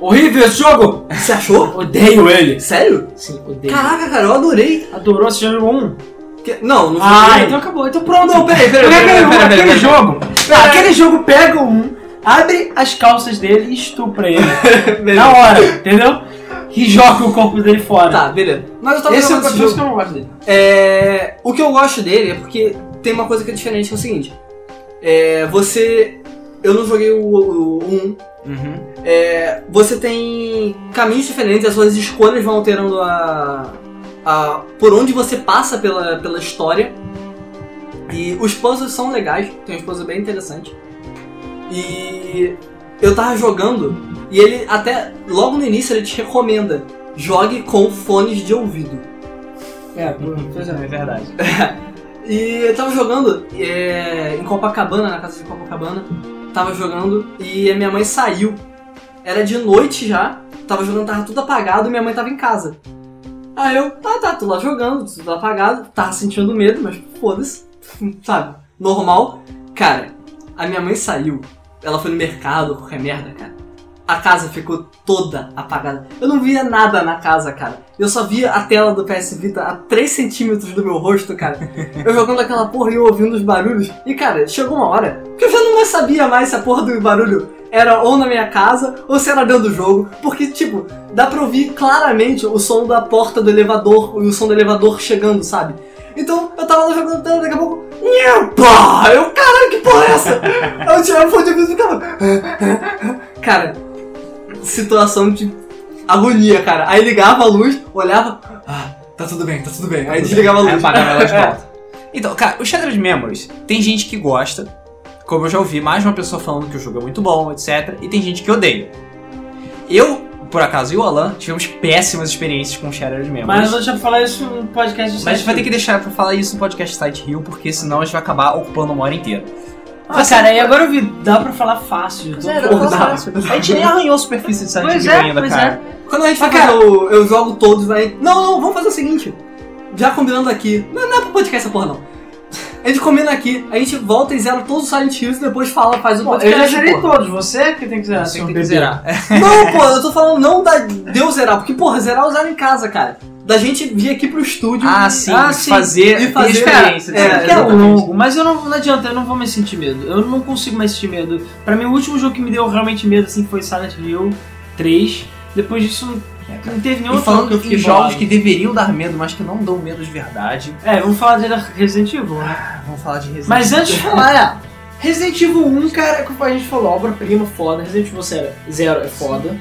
horrível esse jogo!
Você achou?
Odeio ele!
Sério?
Sim, odeio.
Caraca, cara, eu adorei.
Adorou, você já jogou um?
Que- Não, não
Ah,
joguei.
então acabou. Então pronto.
Não, peraí, peraí,
Pega
peraí, peraí,
um,
peraí,
aquele
peraí.
jogo. Ah, Aquele jogo pega um, abre as calças dele e estupra ele. na hora, entendeu? E joga o corpo dele fora.
Tá, beleza. Mas eu tava
Esse é o
jogando esse
que
jogo.
eu não gosto dele.
É, o que eu gosto dele é porque tem uma coisa que é diferente, que é o seguinte. É, você. Eu não joguei o, o, 1.
Uhum.
É, Você tem caminhos diferentes, as suas escolhas vão alterando a. a por onde você passa pela, pela história. E os puzzles são legais, tem uns puzzles bem interessantes. E eu tava jogando e ele até logo no início ele te recomenda. Jogue com fones de ouvido.
É, pois é, é verdade.
E eu tava jogando é, em Copacabana, na casa de Copacabana. Tava jogando e a minha mãe saiu. Era de noite já. Tava jogando, tava tudo apagado e minha mãe tava em casa. Aí eu, tá, tá, tô lá jogando, tudo apagado. Tava sentindo medo, mas foda-se. Sabe? Normal. Cara, a minha mãe saiu. Ela foi no mercado, qualquer merda, cara. A casa ficou toda apagada. Eu não via nada na casa, cara. Eu só via a tela do PS Vita a 3 centímetros do meu rosto, cara. Eu jogando aquela porra e eu ouvindo os barulhos. E cara, chegou uma hora que eu já não mais sabia mais se a porra do barulho era ou na minha casa ou se era dentro do jogo. Porque, tipo, dá pra ouvir claramente o som da porta do elevador e o som do elevador chegando, sabe? Então eu tava lá jogando, daqui a pouco. Nheu, pá! Eu, caralho, que porra é essa? Aí Eu tirava o fone de ouvido e ficava. Cara, situação de agonia, cara. Aí ligava a luz, olhava. Ah, tá tudo bem, tá tudo bem. Aí desligava a
Aí
luz.
apagava ela de volta. Então, cara, o Shattered Memories, tem gente que gosta, como eu já ouvi mais de uma pessoa falando que o jogo é muito bom, etc. E tem gente que odeia. Eu, por acaso, e o Alan tivemos péssimas experiências com o Shattered Memories.
Mas eu já falar isso no podcast de
É Mas a gente vai ter que deixar pra falar isso no podcast Site Hill, porque senão a gente vai acabar ocupando uma hora inteira.
Ah, cara, e agora eu vi. Dá pra falar fácil.
Pois
eu
é,
tô
dá pra
acordado.
falar
A gente nem arranhou a superfície de Site
Pois
Hill
é,
ainda,
pois
cara.
Quando a gente
Ah,
fala, cara, eu, eu jogo todos, vai. Não, não, vamos fazer o seguinte. Já combinando aqui. Não, não é pra podcast essa porra, não. A gente combina aqui, a gente volta e zera todos os Silent Hills e depois fala, faz o
Bom, eu
podcast.
já zerei
porra.
todos. Você é que tem que zerar.
Você
seu
tem que
bebê.
zerar.
Não, pô, eu tô falando não da, de eu zerar, porque, porra, zerar eu zero em casa, cara. Da gente vir aqui pro estúdio.
Ah, sim,
Ah, sim.
fazer,
E fazer-
experiência.
É,
É, que é longo, mas eu não, não adianta, eu não vou mais sentir medo. Eu não consigo mais sentir medo. Pra mim, o último jogo que me deu realmente medo assim foi Silent Hill 3. Depois disso, não teve nenhum
E
outro jogo que eu
falando
fiquei
em jogos
bolado.
que deveriam dar medo, mas que não dão medo de verdade, Ah,
É, vamos falar de Resident Evil, né?
vamos falar de Resident
Mas antes de falar, é, Resident Evil 1, cara, como a gente falou, obra-prima foda. Resident Evil 0 é foda.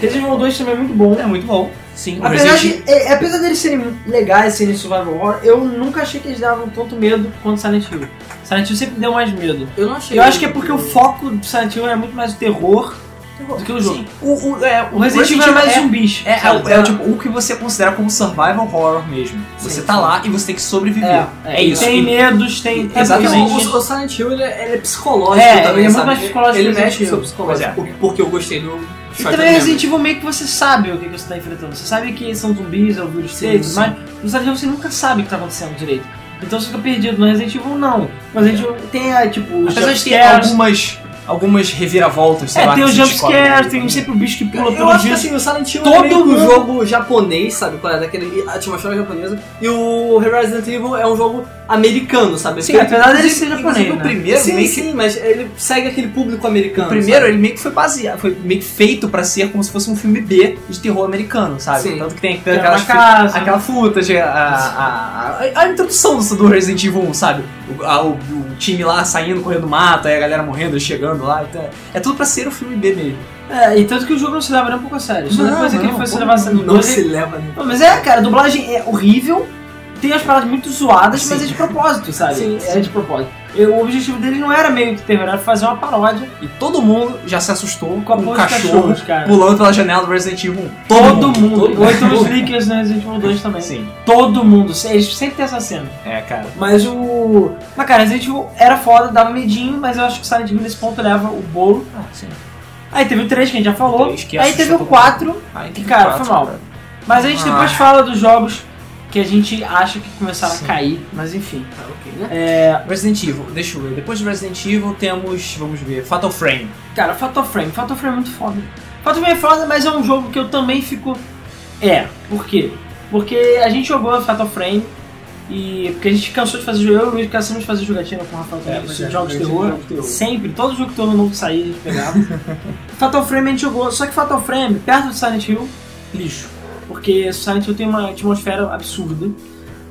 Resident Evil 2 também é muito bom.
É muito bom. Sim, o
Apesar,
Resident-
de, é, apesar deles serem legais, serem survival horror, eu nunca achei que eles davam tanto medo quanto Silent Hill. Silent Hill sempre deu mais medo.
eu não achei.
Eu acho que é porque o foco do Silent Hill era muito mais o terror do que o jogo.
Sim, o, o, é,
O Resident Evil era mais zumbis.
É, é,
sabe?
é, o tipo, o que você considera como survival horror mesmo. Você tá lá e você tem que sobreviver.
É, é,
É isso.
Tem medos, tem. é tem
É, Porque
Exatamente.
zumbis.
o, o Silent Hill ele é, ele é psicológico
É,
também,
ele é muito
sabe?
mais psicológico
Ele
que o
mexe
Resident
com o seu
Evil.
psicológico. Porque eu gostei do
é. E
Short
também Resident Evil meio que você sabe o que, que você tá enfrentando. Você sabe que são zumbis, é o vírus
Sim,
deles,
sim.
mas no Silent Hill você nunca sabe o que tá acontecendo direito. Então você fica perdido. No Resident Evil, não. Mas a gente tem, ah, tipo, os
Apesar de ter
jumpscares.
algumas, algumas reviravoltas, sei
É,
lá,
tem
que né?
os
você descobre.
jumpscares, tem sempre o bicho que pula
Eu
pelo
acho que
dia.
assim, o Silent Hill
Todo
é meio que
mundo-
um jogo japonês, sabe? Qual é? Daquele, a atmosfera japonesa. E o Resident Evil é um jogo americano, sabe?
Sim, apesar dele ser
Inclusive,
japonês,
o
né?
primeiro
sim,
meio que
sim, mas ele segue aquele público americano.
O primeiro, ele meio que foi baseado, foi meio que feito pra ser como se fosse um filme B de terror americano, sabe?
Sim.
Tanto que tem
Tem
aquelas
uma casa.
aquela fruta, a, a, a, a introdução do, do Resident Evil 1, sabe? O, a- o- o time lá saindo, correndo mato, aí a galera morrendo, chegando lá. Então, é- é tudo pra ser o filme B mesmo.
É, e tanto que o jogo não se leva nem um pouco a sério. Só
Não,
depois é que ele
não,
foi
pô,
se levar a sério. no
Não
12,
se leva, né?
Não, mas é, cara, a dublagem é horrível, tem as paradas muito zoadas, mas é de propósito, sabe?
Sim,
É de propósito. E o objetivo dele não era meio que terror, era fazer uma paródia
E todo mundo já se assustou
com
com
a
um
porra
cachorro
dos cachorros, cara.
pulando pela janela do Resident Evil 1.
Todo mundo.
Todo
Ou então os Sneakers no Resident Evil 2 também.
Sim.
Todo mundo. Se- Eles sempre tem essa cena.
É, cara.
Mas o. Mas cara, Resident Evil era foda, dava medinho, mas eu acho que o Silent Hill nesse ponto leva o bolo.
Ah, sim.
Aí teve o 3 que a gente já
O
falou.
três que
Aí
assusta
teve o
todo mundo.
4.
Ai,
que, cara, foi mal. Mas a gente
Ah.
depois fala dos jogos que a gente acha que começaram a cair. Mas enfim. É,
Resident Evil, deixa eu ver. Depois de Resident Evil temos, vamos ver, Fatal Frame.
Cara, Fatal Frame. Fatal Frame é muito foda. Fatal Frame é foda, mas é um jogo que eu também fico. É, por quê? Porque a gente jogou Fatal Frame e. Porque a gente cansou de fazer jogo. Eu e o Luiz cansamos de fazer jogatina com o Rafael também,
mas
de
é,
jogos de
jogo de
terror.
jogo de terror.
Sempre, todo jogo que todo novo que saía a gente pegava. Fatal Frame a gente jogou, só que Fatal Frame, perto do Silent Hill, lixo. Porque Silent Hill tem uma atmosfera absurda.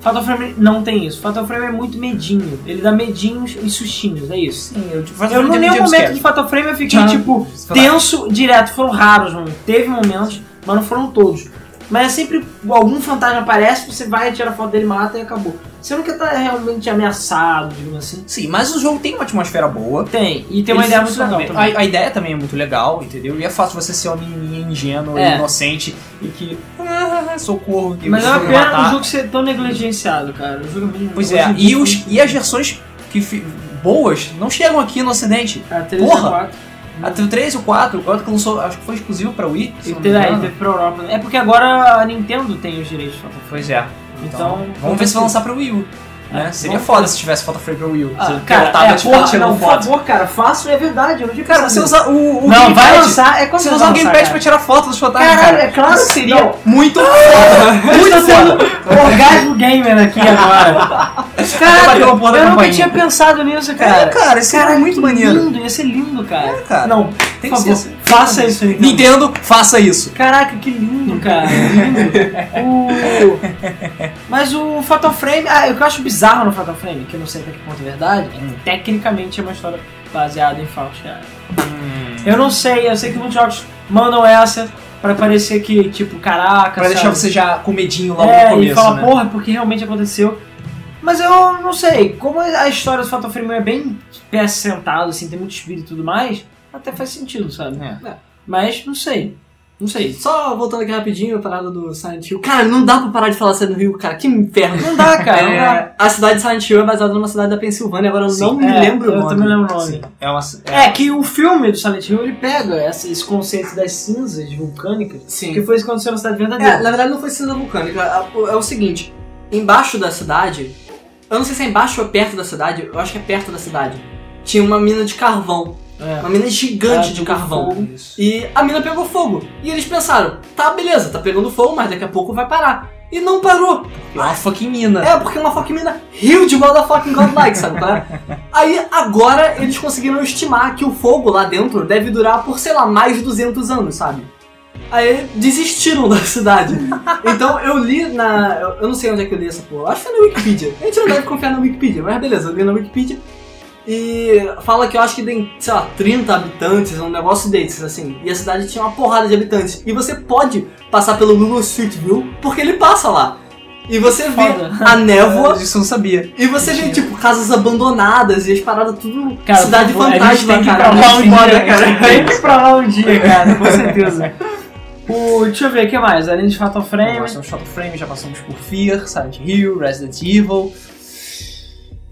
Fatal Frame não tem isso. Fatal Frame é muito medinho. Ele dá medinhos e sustinhos, é isso.
Sim, eu,
Eu
Fatal Frame
não
teve
nenhum
jumpscare.
momento de Fatal Frame eu fiquei,
Tchau.
tipo, tenso direto. Foram raros momentos. Teve momentos, mas não foram todos. Mas é sempre algum fantasma aparece, você vai, tira a foto dele, mata e acabou. Você nunca tá realmente ameaçado, digamos assim.
um- Sim, mas o jogo tem uma atmosfera boa.
Tem, e tem uma
Ele
ideia muito
funciona
legal
bem.
também.
A, a ideia também é muito legal, entendeu? E é fácil você ser uma menininha ingênua,
É.
inocente e que. Ah, socorro, que
Mas é
vocês
uma
vão me
pena o
matar.
jogo ser tão negligenciado, cara. O jogo é muito
Pois
hoje
é,
em
e,
dia-
os, e as versões que fi- boas não chegam aqui no ocidente.
A 3 e
Porra!
4.
Até o 3 e o 4, o 4 que lançou, acho que foi exclusivo pra Wii. se
E
não me
teve, aí,
engano.
teve pra Europa. né? É porque agora a Nintendo tem os direitos de Fatal Frame.
Pois é.
Então,
vamos ver se vai lançar pra Wii U. Né?
É,
Seria
vamos
foda se tivesse Fatal Frame pra Wii U.
Ah,
Se
cara,
botar,
é,
mas
porra,
tirando
não, por
foto.
favor, cara, faço, é verdade. Eu não tinha
Cara,
pensado
você
nisso.
usa o, o
Não, vai
gamepad.
lançar, é quando
Você usar o gamepad pra tirar foto dos fantasmas.
Caralho,
cara.
é Ah! claro que seria.
Não, muito foda.
Eu estou sendo é um orgasmo gamer aqui agora. Caralho,
é? Bateu a
eu
porra da
nunca
campainha.
tinha pensado nisso,
Cara,
cara.
cara, esse cara é
Caralho,
muito
que
maneiro.
Lindo, ia ser lindo, cara.
É, cara.
Não,
Tem
por favor,
que ser. assim.
faça isso, Nintendo.
Nintendo, faça isso.
Caraca, que lindo, cara. Lindo. O- Mas o Fatal Frame. Ah, o que eu acho bizarro no Fatal Frame, que eu não sei até que ponto é verdade, é que tecnicamente é uma história baseada em fatos reais. Eu não sei, eu sei que muitos jogos mandam essa pra parecer que, tipo, caraca.
Pra deixar
sabe?
você já com medinho logo
É,
no começo,
e fala,
né?
porra, porque realmente aconteceu. Mas eu não sei, como a história do Fatal Frame é bem pé sentado, assim, tem muito espírito e tudo mais, até faz sentido, sabe?
É.
Mas não sei. Não sei.
Só voltando aqui rapidinho, a parada do Silent Hill. Cara, não dá pra parar de falar Silent Hill, cara. Que inferno.
Não dá, cara. Não dá.
É, a cidade de Silent Hill é baseada numa cidade da Pensilvânia, agora eu
Sim.
não me
É,
lembro o
eu
nome. assim,
também lembro o nome.
Sim, É uma... É.
É que o filme do Silent Hill ele pega essa- esse conceito das cinzas vulcânicas,
Sim.
que foi isso que aconteceu na cidade
É,
verdadeira.
na verdade não foi cinza vulcânica. A- o- É o seguinte, embaixo da cidade, eu não sei se é embaixo ou perto da cidade, eu acho que é perto da cidade. Tinha uma mina de carvão,
É.
uma mina gigante
Ah,
de
pegou
carvão.
fogo.
E a mina pegou fogo. E eles pensaram, tá beleza, tá pegando fogo, mas daqui a pouco vai parar. E não parou.
é uma fucking mina.
É, porque uma fucking mina riu de motherfucking godlike, sabe qual é? Aí, agora, eles conseguiram estimar que o fogo lá dentro deve durar por, sei lá, mais de 200 anos, sabe? Aí, desistiram da cidade. Então, eu li na... Eu eu não sei onde é que eu li essa porra. Eu Acho que foi na Wikipedia. A gente não deve confiar na Wikipedia, mas beleza, eu li na Wikipedia. E fala que eu acho que tem, sei lá, 30 habitantes, um negócio desses, assim. E a cidade tinha uma porrada de habitantes. E você pode passar pelo Google Street View, porque ele passa lá. E você vê
Foda.
a névoa
Isso eu não sabia.
e você vê, tipo, casas abandonadas e as paradas tudo.
Cara,
cidade
por favor, a gente
fantasma,
tem que ir
cara.
pra lá um
Muito foda,
dia,
cara.
cara. Tem que ir pra lá um dia, cara, com certeza. O, deixa eu ver, o que mais? Além de Fatal
Já
Frame,
passamos Fatal Frame, já passamos por Fear, Silent Hill, Resident Evil,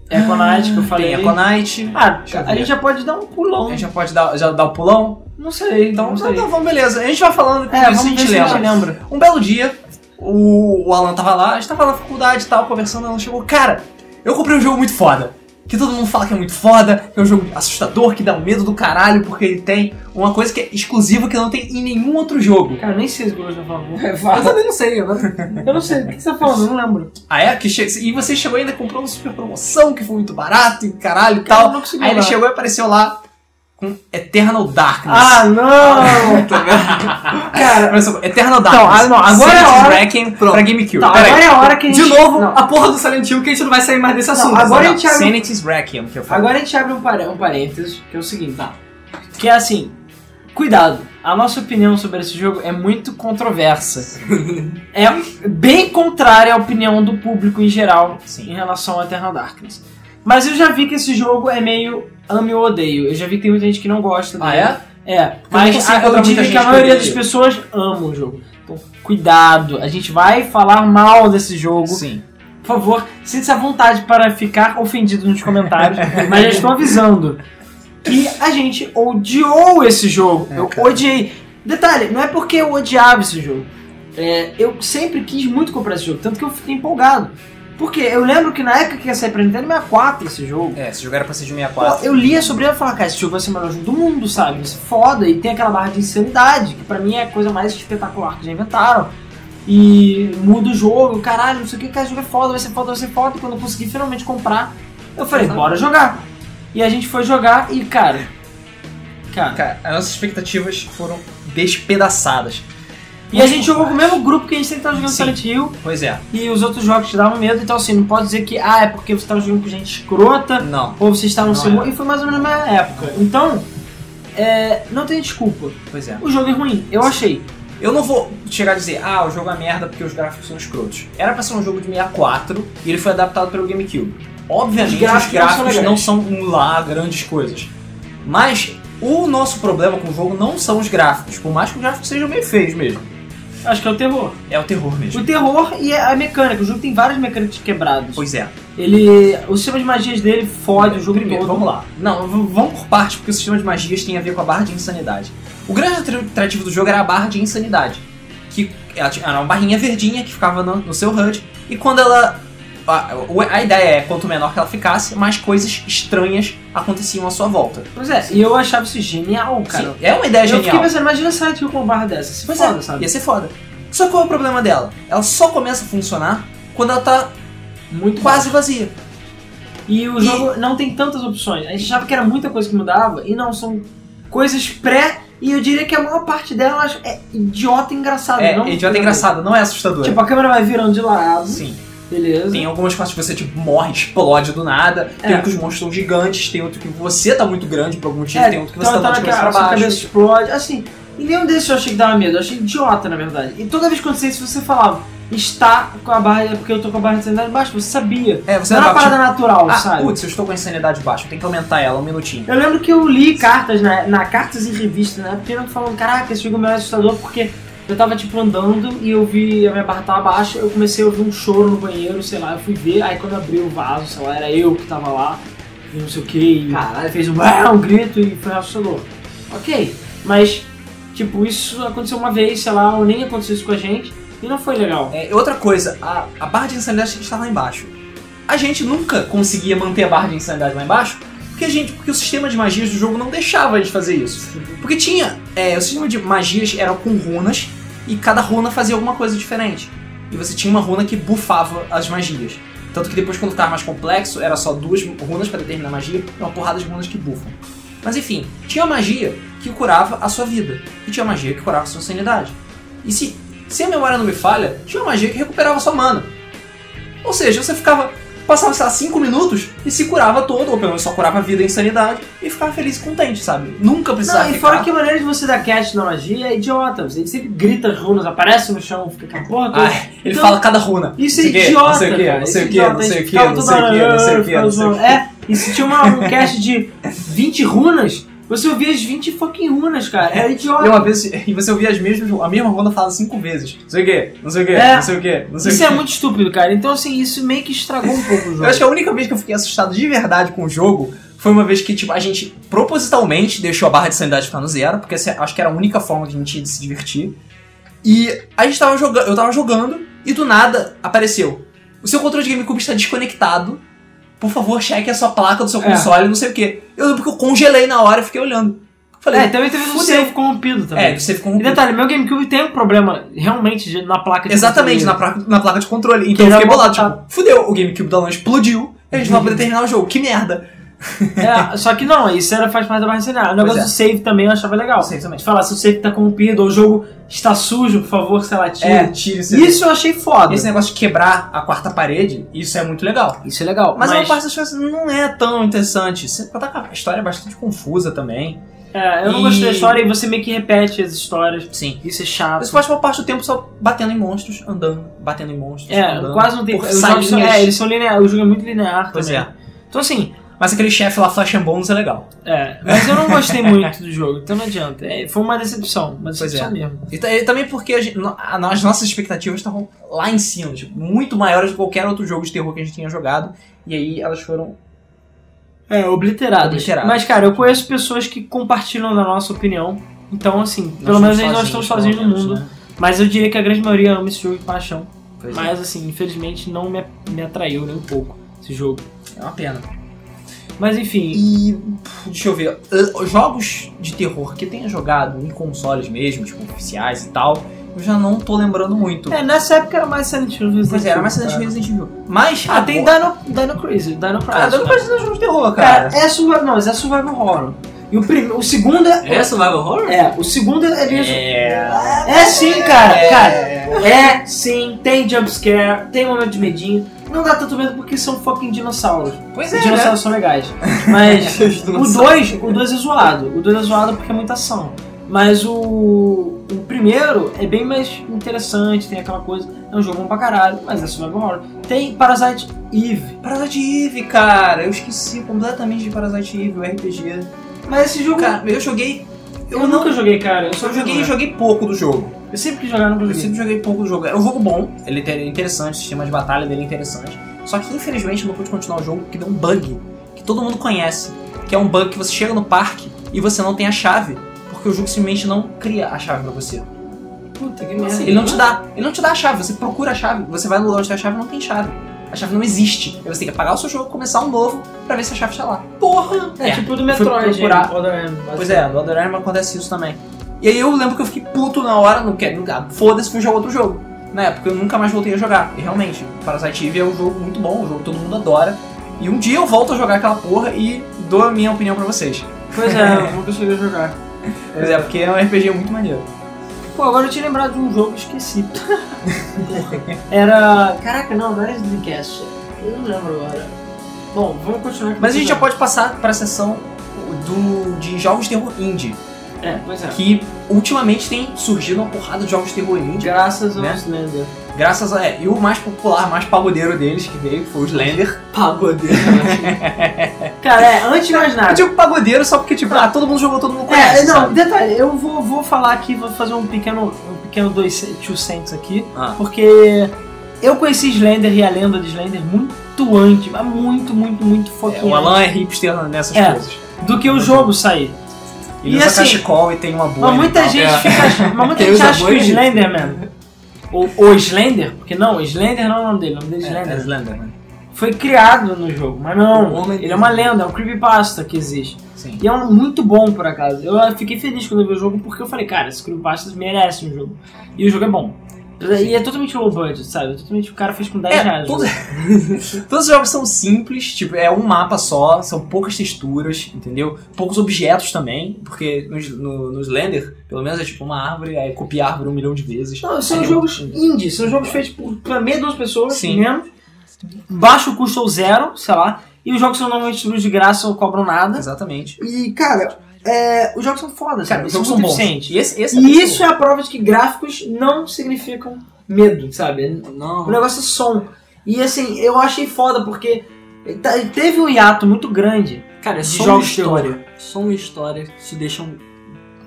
Econite, que eu falei.
tem Econite.
Ah,
Deixa eu
a
ver.
gente já pode dar um
A
pulão.
gente já pode dar, já dar o pulão?
Não sei,
Então,
então não
então,
sei.
vamos, beleza. A gente vai falando
É,
isso
vamos
a gente
ver se a gente
lembra.
lembra.
Um belo dia, o, o Alan tava lá, a gente tava na faculdade e tal, conversando, ela chegou, cara, Eu comprei um jogo muito foda. Que todo mundo fala que é muito foda, que é um jogo assustador, que dá um medo do caralho, porque ele tem uma coisa que é exclusiva que não tem em nenhum outro jogo.
Cara, eu nem sei se eu já falou.
É,
Eu também não sei, agora.
Eu não sei, o que você tá falando? Eu não lembro.
Ah, é? Que che... E você chegou ainda e comprou uma super promoção, que foi muito barato e caralho e
Cara, eu
tal.
não consegui
Aí ele
lembrar.
chegou e apareceu lá com Eternal Darkness.
Ah, não!
Tá
Cara,
Apareceu com Eternal
Então,
Darkness.
ah, não, agora é a
Saints
hora-
Wrecking pra GameCube.
tá,
Pera aí.
agora é a hora que a gente.
De novo,
Não,
a porra do Silent Hill, que a gente não vai sair mais desse assunto.
agora a
Não,
gente abre-
Sanity's Wrecking, que eu falei.
Agora a gente abre um, par- um parênteses, que é o seguinte, tá? Que é assim, cuidado, a nossa opinião sobre esse jogo é muito controversa. é bem contrária à opinião do público em geral
Sim.
em relação a Eternal Darkness. Mas eu já vi que esse jogo é meio ame ou odeio. Eu já vi que tem muita gente que não gosta dele.
Ah, é?
É,
não
mas
consigo
a, eu
encontrar muita
diria que
gente
a
que
maioria das
odeia.
pessoas ama o jogo. Então, cuidado, a gente vai falar mal desse jogo.
Sim.
Por favor, sinta-se à vontade para ficar ofendido nos comentários, mas já estou avisando que a gente odiou esse jogo. eu odiei. Detalhe, não é porque eu odiava esse jogo. É, eu sempre quis muito comprar esse jogo, tanto que eu fiquei empolgado. Porque eu lembro que na época que ia sair pra Nintendo 64 esse jogo,
É, esse jogo era pra ser de
Pô,
64.
eu lia sobre ele e falava, cara, esse jogo vai ser o melhor jogo do mundo, sabe? Isso é foda. E tem aquela barra de insanidade, que pra mim é a coisa mais espetacular que já inventaram. E muda o jogo, caralho, não sei o que, cara, esse jogo é foda, vai ser foda, vai ser foda. E quando eu consegui finalmente comprar, eu falei, bora jogar. E a gente foi jogar e, cara. Cara.
Cara, as nossas expectativas foram despedaçadas.
E a gente jogou com o mesmo grupo que a gente sempre tava jogando
Sim.
Silent Hill
Pois é.
e os outros jogos te davam medo, então assim, não pode dizer que, ah, é porque você tava jogando com gente escrota,
Não.
ou vocês estavam
Não é.
sem. E foi mais ou menos na mesma época. Então, é, não tem desculpa.
Pois é.
O jogo é ruim, eu achei.
Eu não vou chegar a dizer, ah, o jogo é merda porque os gráficos são escrotos. Era pra ser um jogo de 64 e ele foi adaptado pelo GameCube.
Os
Obviamente, os
gráficos
gráficos,
não são
não são, lá grandes coisas. Mas o nosso problema com o jogo não são os gráficos, por mais que os gráficos sejam meio feios mesmo.
Acho que é o terror.
É o terror mesmo.
O terror e a mecânica. O jogo tem várias mecânicas quebradas.
Pois é.
Ele. O sistema de magias dele fode o jogo
Primeiro,
todo.
vamos lá. Não, v- vamos por parte, porque o sistema de magias tem a ver com a barra de insanidade. O grande atra- atrativo do jogo era a barra de insanidade. Que ela tinha- era uma barrinha verdinha que ficava no, no seu HUD. E quando ela. A, o- a ideia é, quanto menor que ela ficasse, mais coisas estranhas aconteciam à sua volta.
Pois é, e eu achava isso genial, cara.
Sim, é uma ideia
eu
genial.
fiquei pensando, imagina um Silent Hill com uma barra dessa. Se
Pois
foda,
é,
sabe?
ia ser foda. Só que qual é o problema dela? Ela só começa a funcionar quando ela tá
Muito
quase vazia.
bom. E o jogo não tem tantas opções. A gente achava que era muita coisa que mudava, e não, são coisas pré- e eu diria que a maior parte delas é idiota e engraçada.
É,
não
idiota engraçado, não é assustador.
Tipo, a câmera vai virando de lado,
Sim.
beleza.
Tem algumas partes que você tipo, morre, explode do nada. Tem
É.
um que os monstros são gigantes, tem outro que você tá muito grande por algum motivo,
É,
tem outro que
então
você tá
tá
muito
naquela-
cabeça pra
sua cabeça
baixo.
explode, assim. E nenhum desses eu achei que dava medo, eu achei idiota, na verdade. E toda vez que acontecia isso, você falava, está com a barra, é porque eu tô com a barra de sanidade baixa, você sabia.
É, você
não era
vai
uma parada
tipo,
natural,
ah,
sabe?
putz, eu estou com a insanidade baixa, tem que aumentar ela um minutinho.
Eu lembro que eu li cartas, na, na cartas e revistas, na época, eu falando, caraca, esse jogo é o melhor assustador, porque eu tava, tipo, andando e eu vi a minha barra tava baixa, eu comecei a ouvir um choro no banheiro, sei lá, eu fui ver, aí quando eu abri o vaso, sei lá, era eu que tava lá, e não sei o que, e
Caralho,
fez um, "Ah", um grito e foi assustador. Ok, mas, tipo, isso aconteceu uma vez, sei lá, ou nem aconteceu isso com a gente, e não foi legal.
É, outra coisa, a, a barra de insanidade tinha que estar lá embaixo. A gente nunca conseguia manter a barra de insanidade lá embaixo, porque a gente, porque o sistema de magias do jogo não deixava a gente fazer isso. Porque tinha, é, o sistema de magias era com runas e cada runa fazia alguma coisa diferente. E você tinha uma runa que bufava as magias. Tanto que depois quando tava mais complexo, era só duas runas para determinar a magia e uma porrada de runas que bufam. Mas enfim, tinha magia que curava a sua vida e tinha magia que curava a sua sanidade. E se se a memória não me falha, tinha uma magia que recuperava sua mana. Ou seja, você ficava. Passava, sei lá, 5 minutos e se curava todo, ou pelo menos só curava a vida e a insanidade, e ficava feliz e contente, sabe? Nunca precisava
Não, e
ficar.
fora que a maneira de você dar catch na magia é idiota. Você sempre grita as runas, aparece no chão, fica com a porra toda.
Ah, ele
Então,
fala cada runa.
Isso é
Não sei o quê,
idiota,
Não sei o que,
cara.
não
Isso é idiota. A gente
sei o que, não sei o que,
ficava
não
toda
sei o que,
hora,
não sei o que, não sei o
falando,
que.
É, e se tinha uma, um cast de 20 runas, você ouvia as 20 fucking runas, cara. Era
E
idiota.
uma vez, e você ouvia as mesmas, a mesma runa falada cinco vezes. Não sei o que, não sei o que,
É.
não sei o que, não sei o
Isso
que.
é muito estúpido, cara. Então, assim, isso meio que estragou um pouco o jogo.
é Eu acho que a única vez que eu fiquei assustado de verdade com o jogo foi uma vez que, tipo, a gente propositalmente deixou a barra de sanidade ficar no zero, porque essa- acho que era a única forma que a gente tinha de se divertir. E a gente tava jogando, eu tava jogando, e do nada apareceu. O seu controle de GameCube está desconectado por favor, cheque a sua placa do seu
É.
console, não sei o quê. Eu lembro que eu congelei na hora e fiquei olhando. Falei,
É, também teve um
fudeu.
save corrompido também.
É, você ficou um...
E detalhe, meu GameCube tem um problema realmente de- na placa de
Exatamente, na
controle.
placa, na placa de controle. Então
Que
eu fiquei
era
bolado,
bom,
tipo, fudeu, o GameCube da LAN explodiu, a gente não vai
Uhum.
poder terminar o jogo, que merda.
É, só que não, isso era, faz parte da barra de cenário. O negócio
Pois é.
do save também eu achava legal.
Save também.
De falar, se o save tá corrompido, ou o jogo está sujo, por favor, sei lá, tira.
tira
isso eu achei foda.
É, Esse negócio de quebrar a quarta parede, isso é muito legal.
Isso é legal.
Mas, a maior parte das coisas não é tão interessante. Sem contar que a história é bastante confusa também.
é, eu não
E-
gostei da história e você meio que repete as histórias.
Sim.
Isso é chato.
Você passa uma parte do tempo só batendo em monstros, andando, batendo em monstros,
É,
andando.
quase não tem.
por
os jogos são-
salinhas.
é, eles são linear, o jogo é muito linear
Pois
também.
é.
Então assim,
Mas aquele chefe lá, Flash and Bones, é legal.
é, mas eu não gostei muito do jogo, então não adianta. É, foi uma decepção, uma decepção
é.
mesmo.
E, ta- e também porque a gente- no- a- as nossas expectativas estavam lá em cima, tipo, muito maiores do que qualquer outro jogo de terror que a gente tinha jogado. E aí elas foram.
É, obliterado.
Obliteradas.
Mas cara, eu conheço pessoas que compartilham da nossa opinião. Então assim, pelo menos
nós fomos
ainda nós
sozinhos,
estamos sozinhos
pelo
no
menos,
mundo.
né?
Mas eu diria que a grande maioria ama esse jogo de paixão.
Pois é.
Mas assim, infelizmente não me, me atraiu nem um pouco esse jogo.
é uma pena.
Mas enfim,
E pff, deixa eu ver, eh, jogos de terror que eu tenha jogado em consoles mesmo, tipo oficiais e tal, eu já não tô lembrando muito.
é, nessa época era mais Silent Hill. tá? Resident
Pois é, era mais
Evil,
Resident Evil
cara.
Resident Evil. Mas
Ah, tem
agora-
Dino, Dino Crisis, Dino Crisis.
Ah, eu não
né?
conheço jogo de terror, cara.
Cara, é survival, não, mas é survival horror. E o primeiro, o segundo é,
É survival horror?
é, o segundo é mesmo.
É.
É sim, cara, cara. É sim, tem jumpscare, tem momento de medinho. Não dá tanto medo porque são fucking dinossauros.
Pois
Os
é, né?
dinossauros são legais. Mas
Os
o
dinossauros.
2, o 2 é zoado. O 2 é zoado porque é muita ação. Mas o, o primeiro é bem mais interessante, tem aquela coisa. É um jogo bom pra caralho, mas é survival horror. Tem Parasite Eve.
Parasite Eve, cara. Eu esqueci completamente de Parasite Eve, o RPG.
Mas esse jogo,
Cara, eu joguei. né?
eu, nunca joguei, cara. Eu só
Eu joguei
joguei.
e joguei pouco do jogo.
Eu sempre quis jogar, nunca
Eu
joguei.
sempre joguei pouco do jogo. É um jogo bom, ele é interessante, o sistema de batalha dele é interessante. Só que infelizmente eu não pude continuar o jogo porque deu um bug que todo mundo conhece. Que é um bug que você chega no parque e você não tem a chave, porque o jogo simplesmente não cria a chave pra você.
Puta
É.
que
Assim,
merda.
ele não te dá, ele não te dá a chave, você procura a chave, você vai no lugar onde tem a chave e não tem chave. A chave não existe. Aí você tem que apagar o seu jogo, começar um novo pra ver se a chave está lá. Porra!
É, tipo do
fui
Metroid.
procurar.
né? Other M,
Pois é, no Other M acontece isso também. E aí eu lembro que eu fiquei puto na hora, não quero, ah, foda-se, fui jogar outro jogo. Na época eu nunca mais voltei a jogar. E realmente, Parasite Eve é um jogo muito bom, um jogo que todo mundo adora. E um dia eu volto a jogar aquela porra e dou a minha opinião pra vocês.
Pois é, eu nunca cheguei a jogar.
Pois é, porque é um RPG muito maneiro.
Pô, agora eu tinha lembrado de um jogo que esqueci. era. Caraca, não, não era esse Dreamcast. Eu não lembro agora. Bom, vamos continuar aqui.
Mas a gente já pode passar pra sessão do, de jogos de terror indie.
É, pois é.
que ultimamente tem surgido uma porrada de jogos de terror indie,
Graças ao
Né?
Slender.
graças a. É, e o mais popular, mais pagodeiro deles que veio, que foi o Slender.
Pagodeiro.
Cara, é, antes de mais
Eu
nada.
digo pagodeiro só porque, tipo, ah, todo mundo jogou, todo mundo conhece.
É, não,
sabe?
detalhe, eu vou, vou falar aqui, vou fazer um pequeno. um pequeno dois two cents aqui.
Ah,
Porque eu conheci Slender e a lenda de Slender muito antes, mas muito, muito, muito
é,
foquinho.
o Alan é hipster nessas
É.
coisas.
do que o jogo sair.
Ele
E
usa
assim,
cachecol e tem uma boa.
Mas muita gente
É.
fica ach- Mas muita
Quem
gente
usa
acha que o
boi?
Slender, mano. Ou o Slender, porque não, o Slender não é o nome dele, o nome dele é
É, é
Slender.
Slender, né?
Foi criado no jogo, mas
O
não.
homem-
ele é uma lenda, é um creepypasta que existe.
Sim.
E é um muito bom, por acaso. Eu fiquei feliz quando eu vi o jogo, porque eu falei, cara, esse creepypasta merece um jogo. E o jogo é bom. E é totalmente low budget, sabe? Totalmente o cara fez com 10
É,
reais. o
todos,
jogo.
todos os jogos são simples, tipo, é um mapa só, são poucas texturas, entendeu? Poucos objetos também, porque no, no, no Slender, pelo menos é tipo uma árvore, aí copia a árvore um milhão de vezes.
Não, é são
Entendeu?
jogos indie, são jogos feitos por pra meia duas pessoas,
Sim.
menos. Baixo custo ou zero, sei lá. E os jogos são normalmente distribuídos de graça ou cobram nada.
Exatamente.
E, cara, é, os jogos são foda,
Cara,
sabe?
os
São
jogos são
é muito
bons.
eficientes.
E esse, esse é
E
muito
isso é a prova de que gráficos não significam medo, sabe? O
Não.
negócio é som. E assim, eu achei foda porque tá- teve um hiato muito grande.
Cara, é
de
só uma
jogos de terror.
história. Só uma história que te deixa um.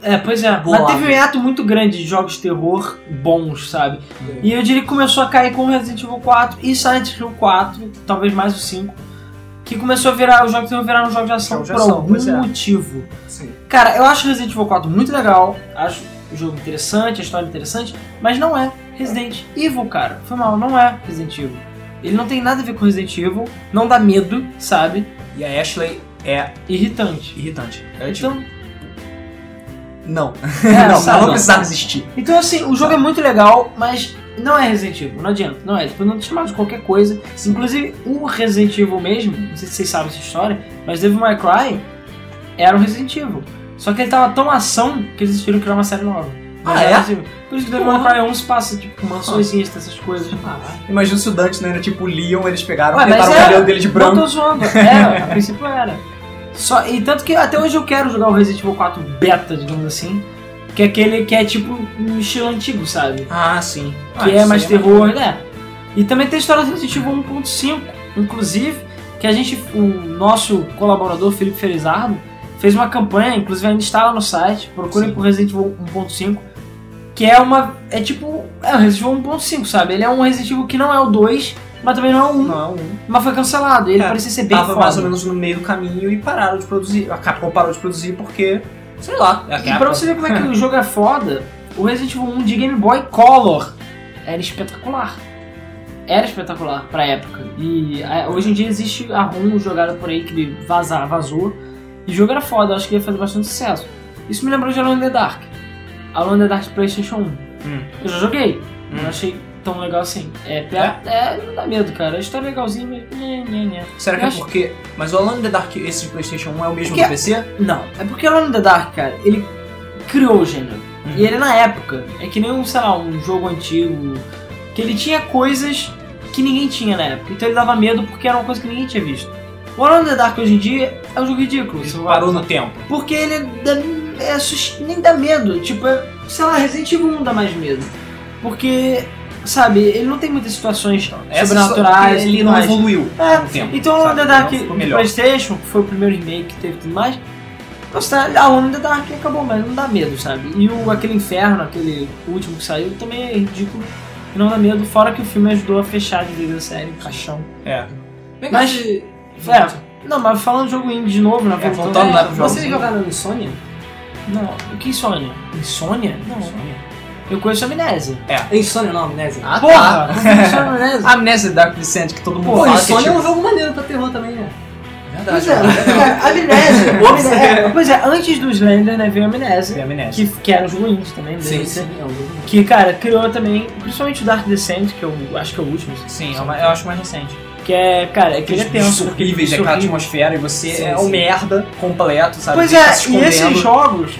É, pois é.
Bolado.
Mas teve um hiato muito grande de jogos de terror bons, sabe?
É.
E eu diria que começou a cair com Resident Evil 4 e Silent Hill 4, talvez mais o 5. Que começou a virar, os jogos de terror viraram um jogo de ação
Jogo de
por
ação,
algum
pois é.
motivo.
Sim.
Cara, eu acho Resident Evil 4 muito legal, acho o jogo interessante, a história interessante, mas não é Resident Evil, cara. Foi mal, não é Resident Evil. Ele não tem nada a ver com Resident Evil, não dá medo, sabe?
E a Ashley é
Irritante.
irritante. É tipo,
Então,
não.
é,
não,
sabe?
ela não precisava existir.
Então, assim, o jogo é muito legal, mas não é Resident Evil, não adianta, não é. Tipo, não te chamar de qualquer coisa. Inclusive, o Resident Evil mesmo, não sei se vocês sabem essa história, mas Devil May Cry era um Resident Evil. Só que ele tava tão ação que eles decidiram criar uma série nova. Mas
Ah,
era
é?
Resident Evil. Por isso que Devil May Cry 1 se passa, tipo, mansões, essas coisas. tipo, ah,
Imagina se o Dante não era tipo o Leon, eles pegaram,
Ué, mas
pintaram o
era.
cabelo dele de
Não
branco.
tô zoando. É, a princípio era. Só, e tanto que até hoje eu quero jogar o Resident Evil 4 Beta, digamos assim. Que é aquele que é tipo um estilo antigo, sabe?
Ah, sim.
que é mais terror, né? E também tem a história do Resident Evil 1.5, inclusive, que a gente, o nosso colaborador Felipe Felizardo, fez uma campanha, inclusive ainda está lá no site, procurem
Sim.
por Resident Evil 1.5, que é uma, é tipo, é o Resident Evil 1.5, sabe? Ele é um Resident Evil que não é o 2, mas também não é o 1,
Não,
mas foi cancelado, e ele
É,
parecia ser bem
tava mais
foda.
ou menos no meio do caminho e pararam de produzir. A Capcom parou de produzir porque, sei lá, é a
E pra
Capcom.
você ver como é que o jogo é foda, o Resident Evil 1 de Game Boy Color era espetacular. Era espetacular pra época. E a- hoje em dia existe arrumo jogada por aí que ele vazar, vazou. E o jogo era foda, eu acho que ia fazer bastante sucesso. Isso me lembrou de Alone in the Dark. Alone in the Dark de Playstation 1.
Hum.
Eu já joguei,
Hum.
não achei tão legal assim. É, é? não dá medo, cara. A história é legalzinha, mas... né, Nhê, nhê, nhê.
Será que
Eu
é
acho-
porque. Mas o Alan in the Dark, esse de PlayStation 1 é o mesmo
Porque-
do PC?
Não, é porque Alone in the Dark, cara, ele criou o gênero.
Uhum.
E ele na época, é que nem um, sei lá, um jogo antigo, que ele tinha coisas que ninguém tinha na época. Então ele dava medo porque era uma coisa que ninguém tinha visto. O Alone in the Dark hoje em dia é um jogo ridículo.
Ele
você
parou no tempo.
porque ele dá- é sus- nem dá medo. Tipo, é, sei lá, Resident Evil 1 dá mais medo. Porque, sabe, ele não tem muitas situações
Essa é
sobrenaturais.
só-
e
ele
tudo
não
mais.
evoluiu
É,
no um tempo.
Então o
sabe?
The Dark
Não ficou
do
melhor.
Playstation, que foi o primeiro remake que teve e tudo mais, nossa, a onda The Dark acabou, mas não dá medo, sabe? E o, aquele inferno, aquele último que saiu, também é ridículo e não dá medo, fora que o filme ajudou a fechar de vez a série, caixão.
É.
Mas, é, não, mas falando de jogo indie de novo, na
É, voltando lá pro jogo.
Vocês jogaram Insônia?
Não, o que é insônia? Insônia? Não. Eu conheço amnésia.
É Insônia não, Amnésia.
Ah,
Porra!
tá.
Eu conheço amnésia.
Amnésia Dark Descent, que todo mundo
Pô,
fala
Insônia
que
tipo-
é um jogo maneiro pra terror também, né?
é... Verdade.
Pois é, cara, amnésia.
Ops.
É, Pois é, antes do Slender, né, veio amnésia.
É Amnésia.
que, que eram os ruins também, né?
é um jogo.
Que, cara, criou também, principalmente o Dark Descent, que eu acho que é o último.
Sim, é uma- eu acho mais recente.
Que é, cara, é que ele é tenso. porque ele
horríveis, é
fica
aquela
sorrindo.
atmosfera e você
Sim,
é um
sim.
merda completo, sabe?
Pois
Fica tá se
é, e esses
escondendo.
jogos,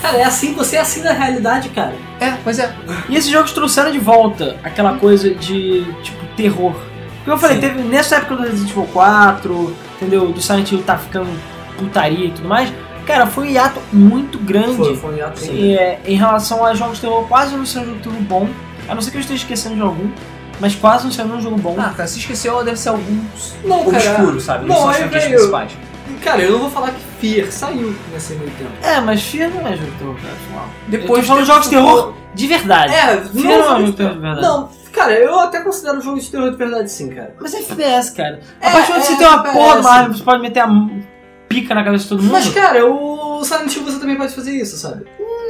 Cara, é assim, você é assim na realidade, cara.
É, pois é.
e esses jogos trouxeram de volta aquela coisa de, tipo, terror. Porque eu falei,
Sim.
teve nessa época do Resident Evil 4, entendeu? Do Silent Hill tá ficando putaria e tudo mais. Cara, foi um hiato muito grande.
foi um hiato bem-
É, em relação a jogos de terror, quase não saiu um jogo bom. A não ser que eu esteja esquecendo de algum, mas quase não saiu um jogo bom.
Ah, cara, se esqueceu, deve ser algum
Não, cara.
obscuro, sabe?
Não, é,
Não,
aí
são as
veio-
principais.
Cara, eu não vou falar que Fear saiu nesse meio tempo.
É, mas FIA não é jogo de terror, cara. afinal.
Depois
Eu tô falando de jogos de terror de verdade.
É,
Fear
não,
não é um jogo de terror de verdade.
Não, cara, eu até considero o jogo de terror de verdade sim, cara.
Mas é FPS, cara.
É,
a partir de onde
é
você tem uma
FPS.
porra de uma arma, você pode meter a m- pica na cabeça de todo mundo.
Mas, cara, o Silent Hill você também pode fazer isso, sabe?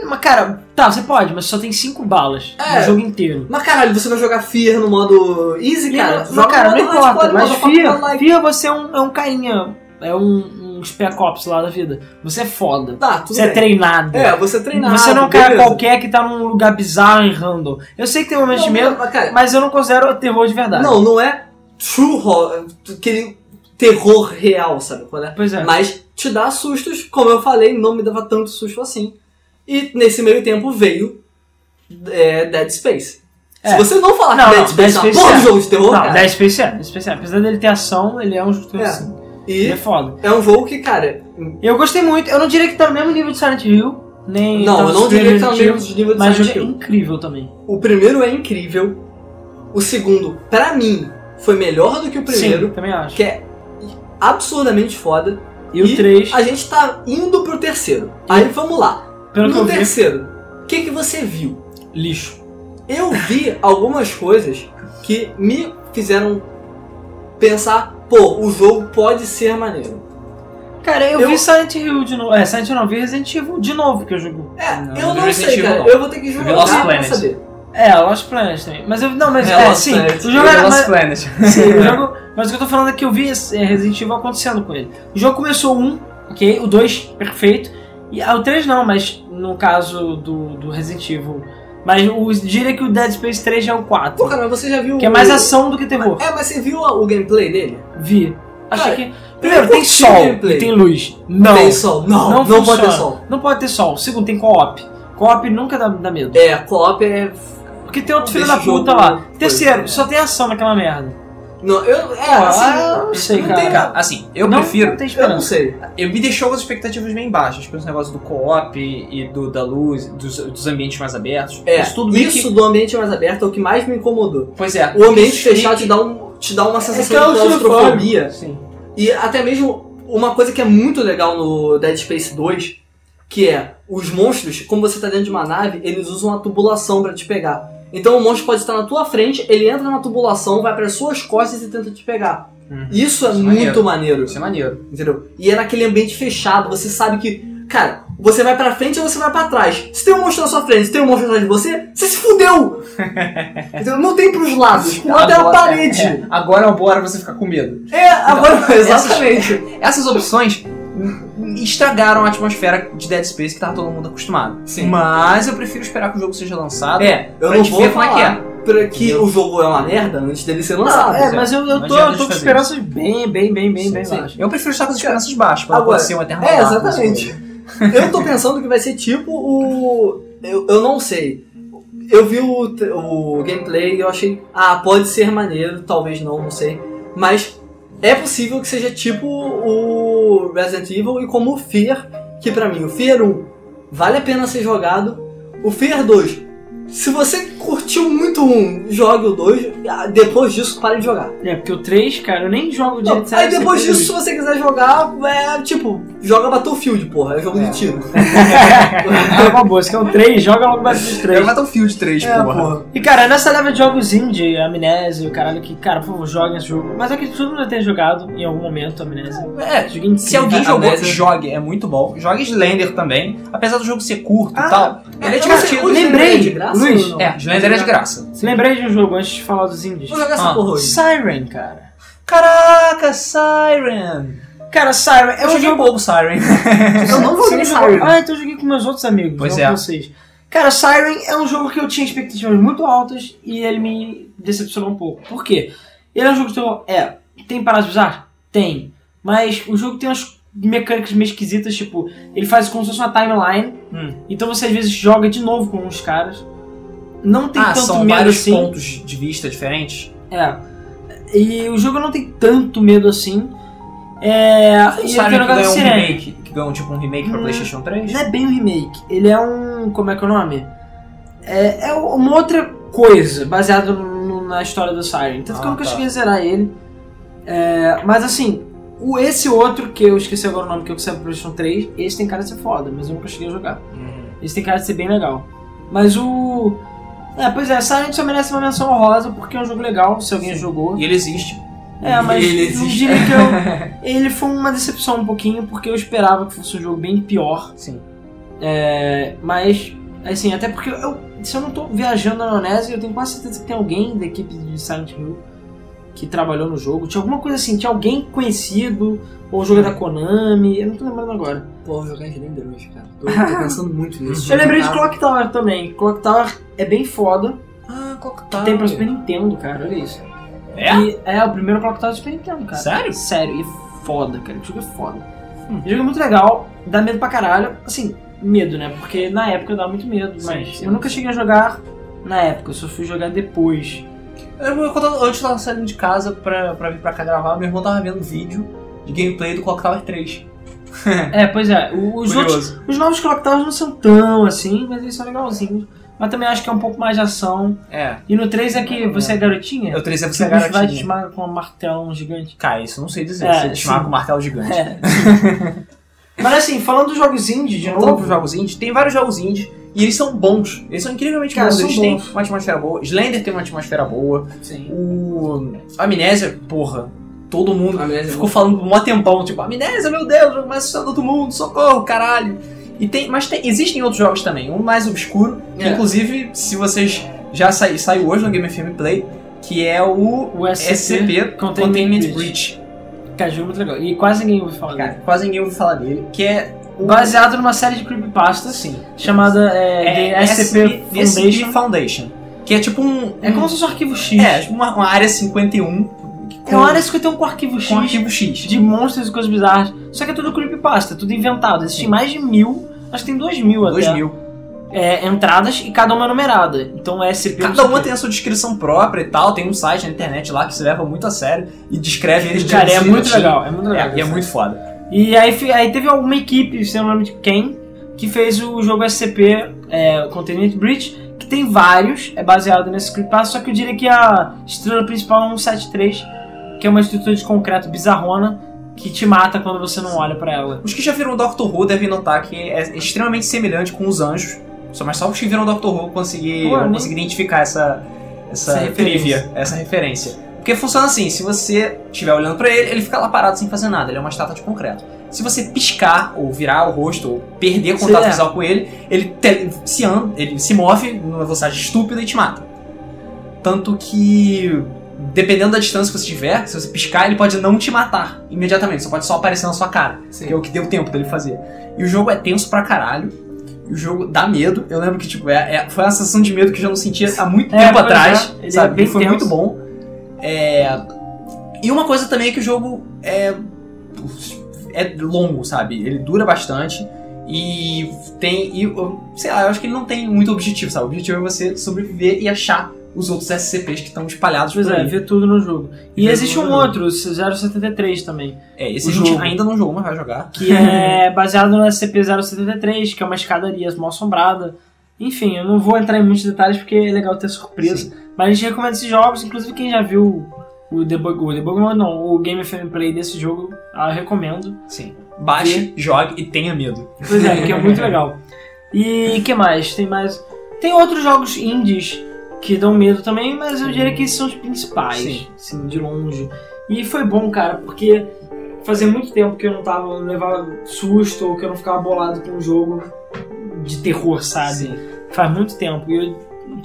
Mas, cara, tá, você pode, mas só tem cinco balas
É.
no jogo inteiro.
Mas, caralho, você vai jogar Fear no modo easy, cara?
Mas, cara, não
tipo,
importa. Mas FIA,
Like.
FIA você é um, é um carinha, é um, um spec ops lá da vida. Você é foda.
Tá, tudo
Você é
bem.
treinado.
É, você é treinado.
você não é um cara
beleza.
qualquer que tá num lugar bizarro e random. Eu sei que tem momentos de
Não,
medo,
mas, cara,
mas eu não considero terror de verdade.
Não, não é true horror, aquele terror real, sabe? qual é?
Pois é.
Mas te dá sustos, como eu falei, não me dava tanto susto assim. E nesse meio tempo veio é, Dead Space.
É.
Se você não falar
Não,
que Dead
não,
Space
Dead
é uma
Space
porra
é.
de jogo de terror,
Não,
cara.
Dead Space é, Dead Space é. Apesar dele ter ação, ele é um jogo
É.
assim. Ele é
E
foda.
é um jogo que, cara.
Eu gostei muito, eu não diria que tá no mesmo nível de Silent Hill, nem.
Não, eu
Talvez
não diria que tá no
Stranger
mesmo
Things,
nível de
Mas o
Silent
jogo é
Hill.
incrível também.
O primeiro é incrível. O segundo, pra mim, foi melhor do que o
Sim,
primeiro,
também acho.
que é absurdamente foda.
E o 3,
A gente tá indo pro terceiro. Aí vamos lá.
pelo que
no
eu vi,
terceiro, o que, que você viu?
lixo.
Eu vi algumas coisas que me fizeram pensar, pô, o jogo pode ser maneiro.
Cara, eu,
Eu-
vi Silent Hill de novo. É, Silent Hill não, vi Resident Evil de novo que eu jogo.
É,
Não,
eu
não
não
vi
sei,
Resident Evil,
cara.
não.
Eu vou ter que
vi Lost
jogar pra
Planet.
saber.
É, Lost Planet também. Mas eu. Não, mas é,
Lost
sim.
Planet.
O jogo era.
Lost
Mas,
Planet.
sim, o jogo. Mas o que eu tô falando é que eu vi esse, é, Resident Evil acontecendo com ele. O jogo começou um, ok? O 2, perfeito. E ah, o 3 não, mas no caso do, do Resident Evil. Mas o, diria que o Dead Space 3 já é o 4.
Pô, cara, mas você já viu.
que é mais
o-
ação do que terror.
É, mas você viu o gameplay dele?
Vi. Achei
Cara,
que. Primeiro,
eu
tem
curti
sol
o gameplay.
e tem luz. Não.
Tem sol.
Não
Não, não, pode
funciona.
ter sol.
Não pode ter sol. Segundo, tem co-op. Co-op nunca dá, dá medo.
É, co-op é.
Porque tem outro filho
Deixa
da
o jogo-
puta lá. Terceiro,
Pois é.
só tem ação naquela merda.
Não, eu. É,
Ah, é
assim.
eu não sei,
não tem-
cara.
Cara, assim, eu
não,
prefiro.
Não tem
Eu não
esperança.
sei.
Eu me deixou com as expectativas bem baixas, pelo negócio do co-op e do, da luz, dos, dos ambientes mais abertos.
É,
isso
isso,
tudo meio que.
do ambiente mais aberto é o que mais me incomodou.
Pois é.
O ambiente
isso meio
fechado
que-
te dá, um, te dá uma
É
sensação de
claustrofóbico.
claustrofobia.
Sim.
E até mesmo uma coisa que é muito legal no Dead Space 2, que é os monstros, como você tá dentro de uma nave, eles usam a tubulação pra te pegar. Então o monstro pode estar na tua frente, ele entra na tubulação, vai para suas costas e tenta te pegar.
Hum.
Isso é
Isso é
muito maneiro.
Isso é maneiro.
Entendeu? E é naquele ambiente fechado, você sabe que, cara, você vai pra frente ou você vai pra trás. Se tem um monstro na sua frente, se tem um monstro atrás de você, você se fudeu! Entendeu? Não tem pros lados, pro lado é a
Agora-
parede.
é, agora é uma boa hora pra você ficar com medo.
É, agora, exatamente.
Essas opções n- estragaram a atmosfera de Dead Space que tava todo mundo acostumado.
Sim.
Mas eu prefiro esperar que o jogo seja lançado.
É, eu
pra
não
gente
vou
ver como é que
falar
é.
pra que
Entendeu?
o jogo é uma merda antes dele ser
Não,
lançado.
é, mas eu, eu
Não
tô, eu
adianta
tô com
fazer
esperanças bem, bem, bem, bem, bem
Sim.
baixas.
Eu prefiro estar com as esperanças baixas, pra
Agora,
não ser um eterno
é,
barco,
exatamente.
assim.
Eu tô pensando que vai ser tipo o. Eu, eu não sei. Eu vi o, t- o gameplay e eu achei. Ah, pode ser maneiro, talvez não, não sei. Mas é possível que seja tipo o Resident Evil e como o Fear, que pra mim, o Fear 1 vale a pena ser jogado. O Fear 2, se você curtiu muito um, jogue o 2, ah, depois disso pare de jogar.
É, porque o 3, cara, eu nem jogo
Não,
direito.
aí
sério, é
depois
sempre
disso, se você quiser jogar, é tipo, joga Battlefield, porra, é jogo
É.
de tiro.
É uma boa, se quer o 3, joga logo Battlefield
Era
3.
Battlefield 3,
É,
porra.
porra.
E cara, nessa leva de jogos indie, Amnésia, o caralho, que, cara, por favor, joguem esse jogo. Mas é que todo mundo tem jogado em algum momento Amnésia.
É,
Jogo incrível.
se alguém
A-
jogou,
Amnésia-
jogue. É muito bom. Jogue Slender também. Apesar do jogo ser curto e
Ah,
tal. Ele é
eu
divertido.
não sei,
Lembrei,
é de graça
Luiz,
ou não?
É, Slender é de graça.
Lembrei de um jogo antes de falar dos indies.
Vou jogar essa
Ah.
porra hoje.
Siren, cara.
Caraca, Siren!
Cara, Siren é
Eu
um
joguei um
jogo.
pouco Siren.
Eu não vou
Você
jogar
não jogou?
Siren.
Ah, então eu joguei com meus outros amigos,
Pois
não
é.
com vocês. Cara, Siren é um jogo que eu tinha expectativas muito altas e ele me decepcionou um pouco. Por quê? Ele é um jogo de terror. É, tem paradas bizarras? Tem. Mas o jogo tem umas mecânicas meio esquisitas, tipo, ele faz como se fosse uma timeline.
Hum.
Então você às vezes joga de novo com uns caras. Não tem
Ah,
tanto
são
medo
vários
assim.
pontos de vista diferentes.
É. E o jogo não tem tanto medo assim. É.
O
E ele tem
Siren
um negócio
que
de
ganhou um
sirene.
remake. Que ganhou tipo um remake pra
Hum.
Playstation 3.
Não é bem um remake. Ele é um. Como é que é o nome? É, é uma outra coisa baseada no- na história do Siren. Tanto que eu
Ah,
nunca
tá.
cheguei a zerar ele. É, mas assim, o, esse outro que eu esqueci agora o nome que eu sei pro PlayStation 3, esse tem cara de ser foda, mas eu nunca cheguei a jogar.
Hum.
Esse tem cara de ser bem legal. Mas o. É, pois é, Silent só merece uma menção honrosa porque é um jogo legal, se alguém jogou.
E ele existe.
É, mas
Ele
não
existe.
diria que eu. Ele foi uma decepção um pouquinho, porque eu esperava que fosse um jogo bem pior.
Sim.
É, mas, assim, até porque eu. Se eu não tô viajando na Indonésia, eu tenho quase certeza que tem alguém da equipe de Silent Hill que trabalhou no jogo. Tinha alguma coisa assim, tinha alguém conhecido, ou o jogo é da Konami, eu não tô lembrando agora.
Porra, jogar Slender hoje, cara. Tô, tô pensando muito nisso.
Eu lembrei de
Ah,
Clock Tower também. Clock Tower é bem foda.
Ah, Clock
Tem
é.
pra Super Nintendo, cara. Olha isso.
É?
E é o primeiro Clock Tower do Super Nintendo, cara.
Sério?
Sério. E foda, cara. O jogo é foda.
Hum.
O jogo é muito legal. Dá medo pra caralho. Assim, medo, né? Porque na época dava muito medo.
Sim,
mas
sim.
eu nunca cheguei a jogar na época. Eu só fui jogar depois.
Eu, eu, quando eu- antes eu tava saindo de casa pra, pra vir pra cá gravar, meu irmão tava vendo vídeo de gameplay do Clock Tower 3.
É, pois é. o- Os, outros,
Curioso.
os novos Clock Towers não são tão assim, mas eles são legalzinhos. Mas também acho que é um pouco mais de ação.
É.
E no 3 é que você é garotinha.
Eu 3 é você
Você vai te
garantir.
esmaga com um martelão gigante.
Cara, isso eu não sei dizer.
É,
você te chamava
sim.
com um martelo gigante.
É. Mas assim, falando dos jogos indie, de
Voltando pros
novo.
jogos indie, tem vários jogos indie e eles são bons. Eles são incrivelmente
Cara,
bons.
são
Eles
bons.
têm uma atmosfera boa. Slender tem uma atmosfera boa.
Sim.
O. Amnésia, porra. Todo mundo
Amnésia
ficou falando por mó tempão, tipo, Amnésia, meu Deus, o jogo mais assustador do mundo, socorro, caralho. E tem, mas tem- existem outros jogos também, um mais obscuro, que
É.
inclusive, se vocês já sai- saiu hoje no Game FM Play, que é o
O
SCP Containment Breach.
Cara, jogo muito legal. E quase ninguém ouviu falar
Cara, quase ninguém ouviu falar dele, que é
dele. Baseado numa série de creepypastas
assim.
chamada é, The SCP Foundation.
Foundation. Que é tipo um.
É como se fosse um arquivo X.
É, tipo uma, uma área 51
É uma área 51 com arquivo X.
com arquivo X.
de monstros e coisas bizarras. Só que é tudo creepypasta, tudo inventado. Existem mais de mil, acho que tem dois mil até.
2000.
É, entradas e cada uma é numerada. Então é SCP.
Cada uma tem a sua descrição própria e tal. Tem um site na internet lá que se leva muito a sério e descreve eles de
Cara, é
jeitinho.
muito legal, é muito legal.
É, e é muito foda.
E aí, fi- aí teve alguma equipe, sei lá o nome de quem, que fez o jogo SCP é, Containment Breach, que tem vários, é baseado nesse creepypasta, só que eu diria que a estrela principal é um 173, que é uma estrutura de concreto bizarrona que te mata quando você não olha pra ela.
Os que já viram Doctor Who devem notar que é extremamente semelhante com os anjos. Só mas só os que viram Doctor Who conseguir,
Pô,
vão
nem-
conseguir identificar essa, essa,
Essa referência.
trivia, essa referência. Porque funciona assim, se você estiver olhando pra ele, ele fica lá parado sem fazer nada, ele é uma estátua de concreto. Se você piscar ou virar o rosto ou perder
Sim,
contato
é.
visual com ele, ele te- se anda, ele se move numa velocidade estúpida e te mata. Tanto que dependendo da distância que você tiver, se você piscar, ele pode não te matar imediatamente, só pode só aparecer na sua cara. Que é o que deu tempo dele fazer. E o jogo é tenso pra caralho. E o jogo dá medo. Eu lembro que, tipo, é, é- foi uma sensação de medo que eu já não sentia há muito
É,
tempo
pois
atrás.
é. Ele é
sabe?
bem
foi
tenso.
muito bom. É, E uma coisa também é que o jogo é. É longo, sabe? Ele dura bastante. E tem. E, eu- sei lá, eu acho que ele não tem muito objetivo, sabe? O objetivo é você sobreviver e achar os outros SCPs que estão espalhados
Pois
por
é,
aí.
vê tudo no jogo. E
Vê
existe
tudo
um
no
outro, o 073 também,
É, esse
O
a gente
jogo.
ainda não jogou, mas vai jogar.
que é baseado no SCP-073, que é uma escadaria mal assombrada. Enfim, eu não vou entrar em muitos detalhes porque é legal ter surpresa. Mas a gente recomenda esses jogos, inclusive quem já viu o Debug, o Debug Mode, não, o Game FM Play desse jogo, ah, eu recomendo.
Sim. Baixe, jogue e tenha medo.
Pois é, que é muito legal. E que mais? Tem mais. Tem outros jogos indies que dão medo também, mas eu diria que esses são os principais,
Sim.
assim, de longe. E foi bom, cara, porque fazia muito tempo que eu não tava, não levava susto ou que eu não ficava bolado com um jogo de terror, sabe? Faz muito tempo. E eu,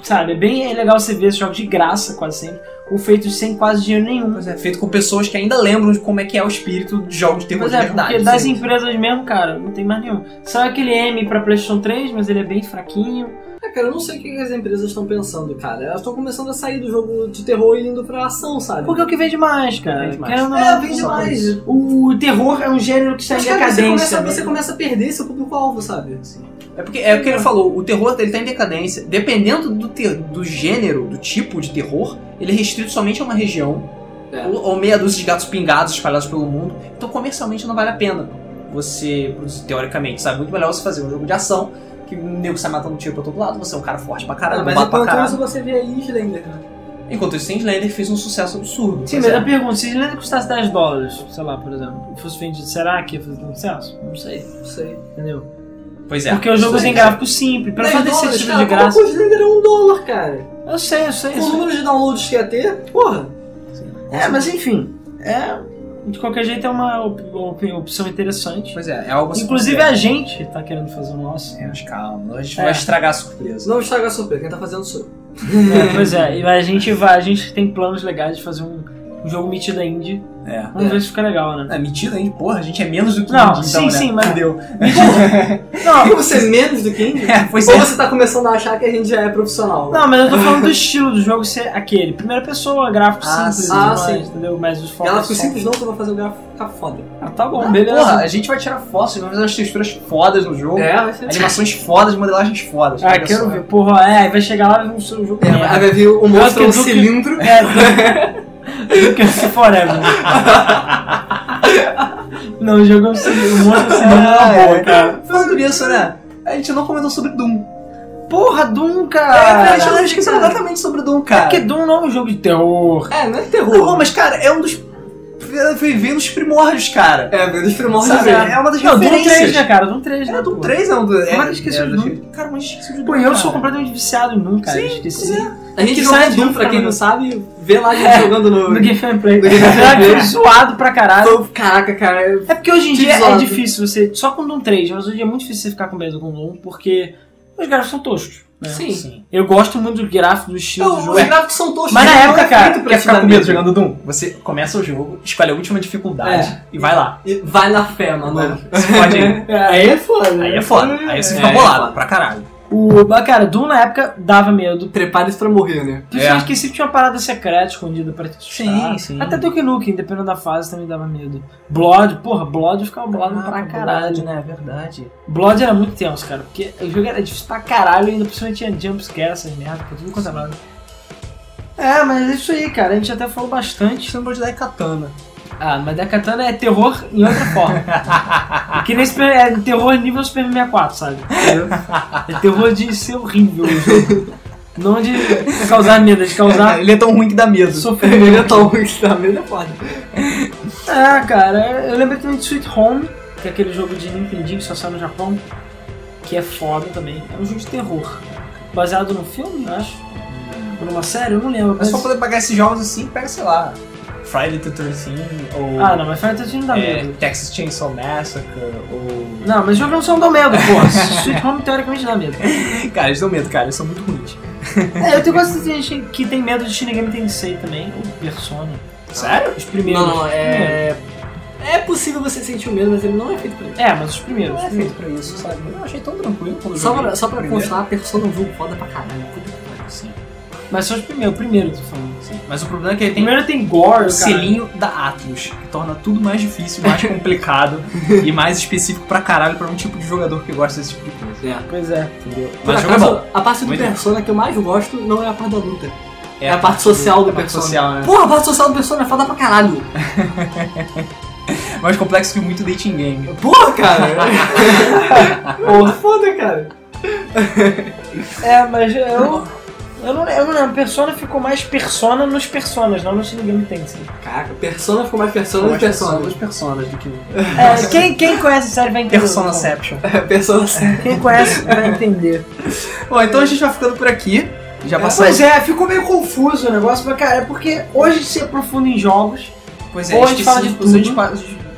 sabe, é bem legal você ver esses jogos de graça quase sempre, ou feitos sem quase dinheiro nenhum.
Pois é, feito com pessoas que ainda lembram de como é que é o espírito de jogos de terror
Pois
de
é,
verdade.
porque das
Sim.
empresas mesmo, cara, não tem mais nenhum. Saiu aquele M pra PlayStation 3, mas ele é bem fraquinho.
Ah, cara, eu não sei o que que as empresas estão pensando, cara. Elas estão começando a sair do jogo de terror e indo pra ação, sabe?
Porque é o que vende mais, cara.
Vende mais.
Querendo ou
É,
não,
vem
só.
demais.
O terror é um gênero que
Mas,
segue a
cara, você
cadência.
começa,
né?
você começa a perder seu público-alvo, sabe? Assim.
É porque é o que ele falou, o terror ele tá em decadência. Dependendo do, te- do gênero, do tipo de terror, ele é restrito somente a uma região.
É.
Ou, ou meia dúzia de gatos pingados espalhados pelo mundo. Então comercialmente não vale a pena você produzir, teoricamente, sabe? Muito melhor você fazer um jogo de ação, que o nego sai matando tiro pra todo lado, você é um cara forte pra caralho,
Ah, mas
é
bombado pra
enquanto
caralho.
isso você vê aí Slender, cara.
Enquanto isso, tem Slender fez um sucesso absurdo.
Sim,
Pois
mas
é.
eu pergunto, se Slender custasse 10 dólares, sei lá, por exemplo, e fosse vendido, será que ia fazer tanto sucesso? Não sei,
Não sei.
entendeu?
Pois é.
Porque o jogo
Sim,
tem
sim.
gráfico simples, pra
10
fazer esse
dólares,
tipo
cara,
de graça.
Como que o Slender é um dólar, cara?
Eu sei, eu sei.
Com
eu
o
sei.
número de downloads que ia ter, porra.
É, mas enfim, é. De qualquer jeito é uma op- op- opção interessante.
Pois é, é algo a se
Inclusive
considerar.
a gente tá querendo fazer o nosso.
É, mas calma, a gente
É.
vai estragar a surpresa.
Não estraga a surpresa, quem tá fazendo sou eu.
É, pois é, e a gente vai, a gente tem planos legais de fazer um, um jogo metido indie.
É.
Vamos ver se fica legal, né?
É mentira, hein? Porra, a gente é menos do que
Não,
um dia,
sim,
então, né?
sim, mas-
Entendeu?
Não,
E você é menos do que indie?
É, pois
Ou
é.
você tá começando a achar que a gente já é profissional?
Não, mas eu tô falando do estilo do jogo ser aquele. Primeira pessoa, gráfico
Ah,
simples, e
sim.
tudo
Ah,
mais,
sim.
entendeu? Mas os focos.
Ela ficou simples não, que eu vou fazer o gráfico ficar foda.
Ah, tá bom,
Ah,
beleza.
Porra, a gente vai tirar fotos, vai fazer umas texturas fodas no jogo.
É, vai ser.
Animações fodas, modelagens fodas.
Ah,
olha
quero
só.
ver. Porra, é, aí vai chegar lá e vai ser um jogo.
Aí
merda.
vai vir o monstro é um
Duke Nukem-
cilindro.
É, Duke Nukem Forever. Não, o jogo é um cilindro. O monstro é um cilindro
Ah,
na boa,
é.
cara.
Falando nisso, né? A gente não comentou sobre Doom. É,
Porra, Doom,
a gente
Ah, cara.
não esqueceu completamente sobre Doom, cara.
Porque Doom não é um jogo de terror.
É, não é
Pô,
terror.
mas cara, é um dos. Vivendo nos primórdios, cara.
É, dos primórdios
Sabe?
dele.
É uma das
Não, Doom 3,
referências.
né, cara? Doom 3, né?
É, Doom
pô?
3 é um dos.
Como é que
é,
esqueceu
é
de
dos-
Doom? é
Cara, mas esqueci de Doom.
Pô, eu sou
cara.
completamente viciado em Doom, cara.
Sim,
Esqueci.
pois é.
A gente
Que
joga
site
Doom,
do
pra quem
cara?
não sabe, vê lá a gente
É.
jogando no...
No Game Play.
No Game
Será que
Play.
foi zoado pra caralho?
Pô, Caraca, cara. eu-
É porque hoje em
Te
dia é
isola.
um difícil você. Só com Doom 3, mas hoje em dia é muito difícil você ficar com medo com Doom, porque os gráficos são toscos. né?
É, Sim.
Eu gosto muito do gráfico, do estilo do
Então,
jogo.
os gráficos são toscos.
Mas na
não é
época,
feito
cara,
pra
Quer
te
ficar
dar
com medo
medo.
jogando Doom? Você começa o jogo, escolhe a última dificuldade e vai lá.
E Vai na fé, mano.
Você pode ir.
É, Aí é foda. né?
Aí é foda. Aí você fica
É,
bolado pra caralho.
O, mas, cara, Doom na época dava medo.
Prepare-se pra morrer, né?
Principalmente que sempre tinha uma parada secreta escondida pra te assustar.
Sim, sim.
Até Duke Nukem, dependendo da fase, também dava medo. Blood, porra, Blood eu ficava bolado pra caralho.
né? É verdade.
Blood era muito tenso, cara, porque o jogo era difícil pra caralho e ainda por cima tinha jumpscare, essas merdas, tudo quanto é lado. É, mas é isso aí, cara. A gente até falou bastante.
Você não pode dar katana.
Ah, mas Dakatana é terror em outra forma. que nem Super- é terror nível Super 64, sabe? Entendeu? É terror de ser horrível o jogo. Não de causar medo, é de causar
Ele é tão ruim que dá medo.
sofrimento.
Eu tô que tá medo é foda.
É, cara, eu lembro também de Sweet Home, que é aquele jogo de Nintendinho que só saiu no Japão, que é foda também. É um jogo de terror, baseado num filme, eu acho. Ou numa série, eu não lembro.
Mas
Mas...
se for é poder pagar esses jogos assim, pega, sei lá, Friday the 13 ou
Ah, não, mas Final Fantasy não dá
é,
medo.
Texas Chainsaw Massacre ou...
Não, mas é jogos não são dão um medo, porra. Sweet Home teoricamente dá medo.
Cara, eles dão medo, cara. Eles são muito ruins.
É, eu tenho quase certeza que tem gente que tem medo de Shinigami Tensei também, ou Persona.
Sério?
Os primeiros.
Não, não, é. É possível você sentir o medo, mas ele não é feito pra isso.
É, mas os primeiros.
Não é feito pra isso, sabe? Eu achei tão tranquilo quando eu
Só
joguei
pra, só pra
primeiro.
constar, a Persona é um jogo foda pra caralho. Puta que pariu.
Sim,
Mas são os primeiros, o primeiro, eu tô falando.
sim. Mas o problema é que
O
ele tem
primeiro tem gore,
o
cara.
selinho da Atlus, que torna tudo mais difícil, mais complicado e mais específico pra caralho pra um tipo de jogador que gosta desse tipo de coisa.
Pois é.
Entendeu?
Por
Mas o jogo é
acaso,
bom.
a parte do
Muito
Persona que eu mais gosto não é a parte da luta. É, a
a
parte social do
parte
Persona.
social, né?
Porra, a parte social do Persona é foda pra caralho.
né? Mais complexo que muito dating game.
Porra, cara.
Porra.
foda, cara.
É, mas eu. Eu não, eu não lembro, Persona ficou mais Persona nos Personas, não no Shinigami Tensei.
Caraca, Persona ficou mais Persona
Eu
do
gosto
que Persona.
dos personas do que
É, quem, quem conhece a série vai entender.
Personaception.
É, Persona
Quem conhece vai entender.
Bom, então a gente vai ficando por aqui. Já passamos.
Pois é, ficou meio confuso o negócio, mas cara, é porque hoje se aprofunda em jogos.
Pois é,
Ou a gente fala de então,
específico
tudo.
pa-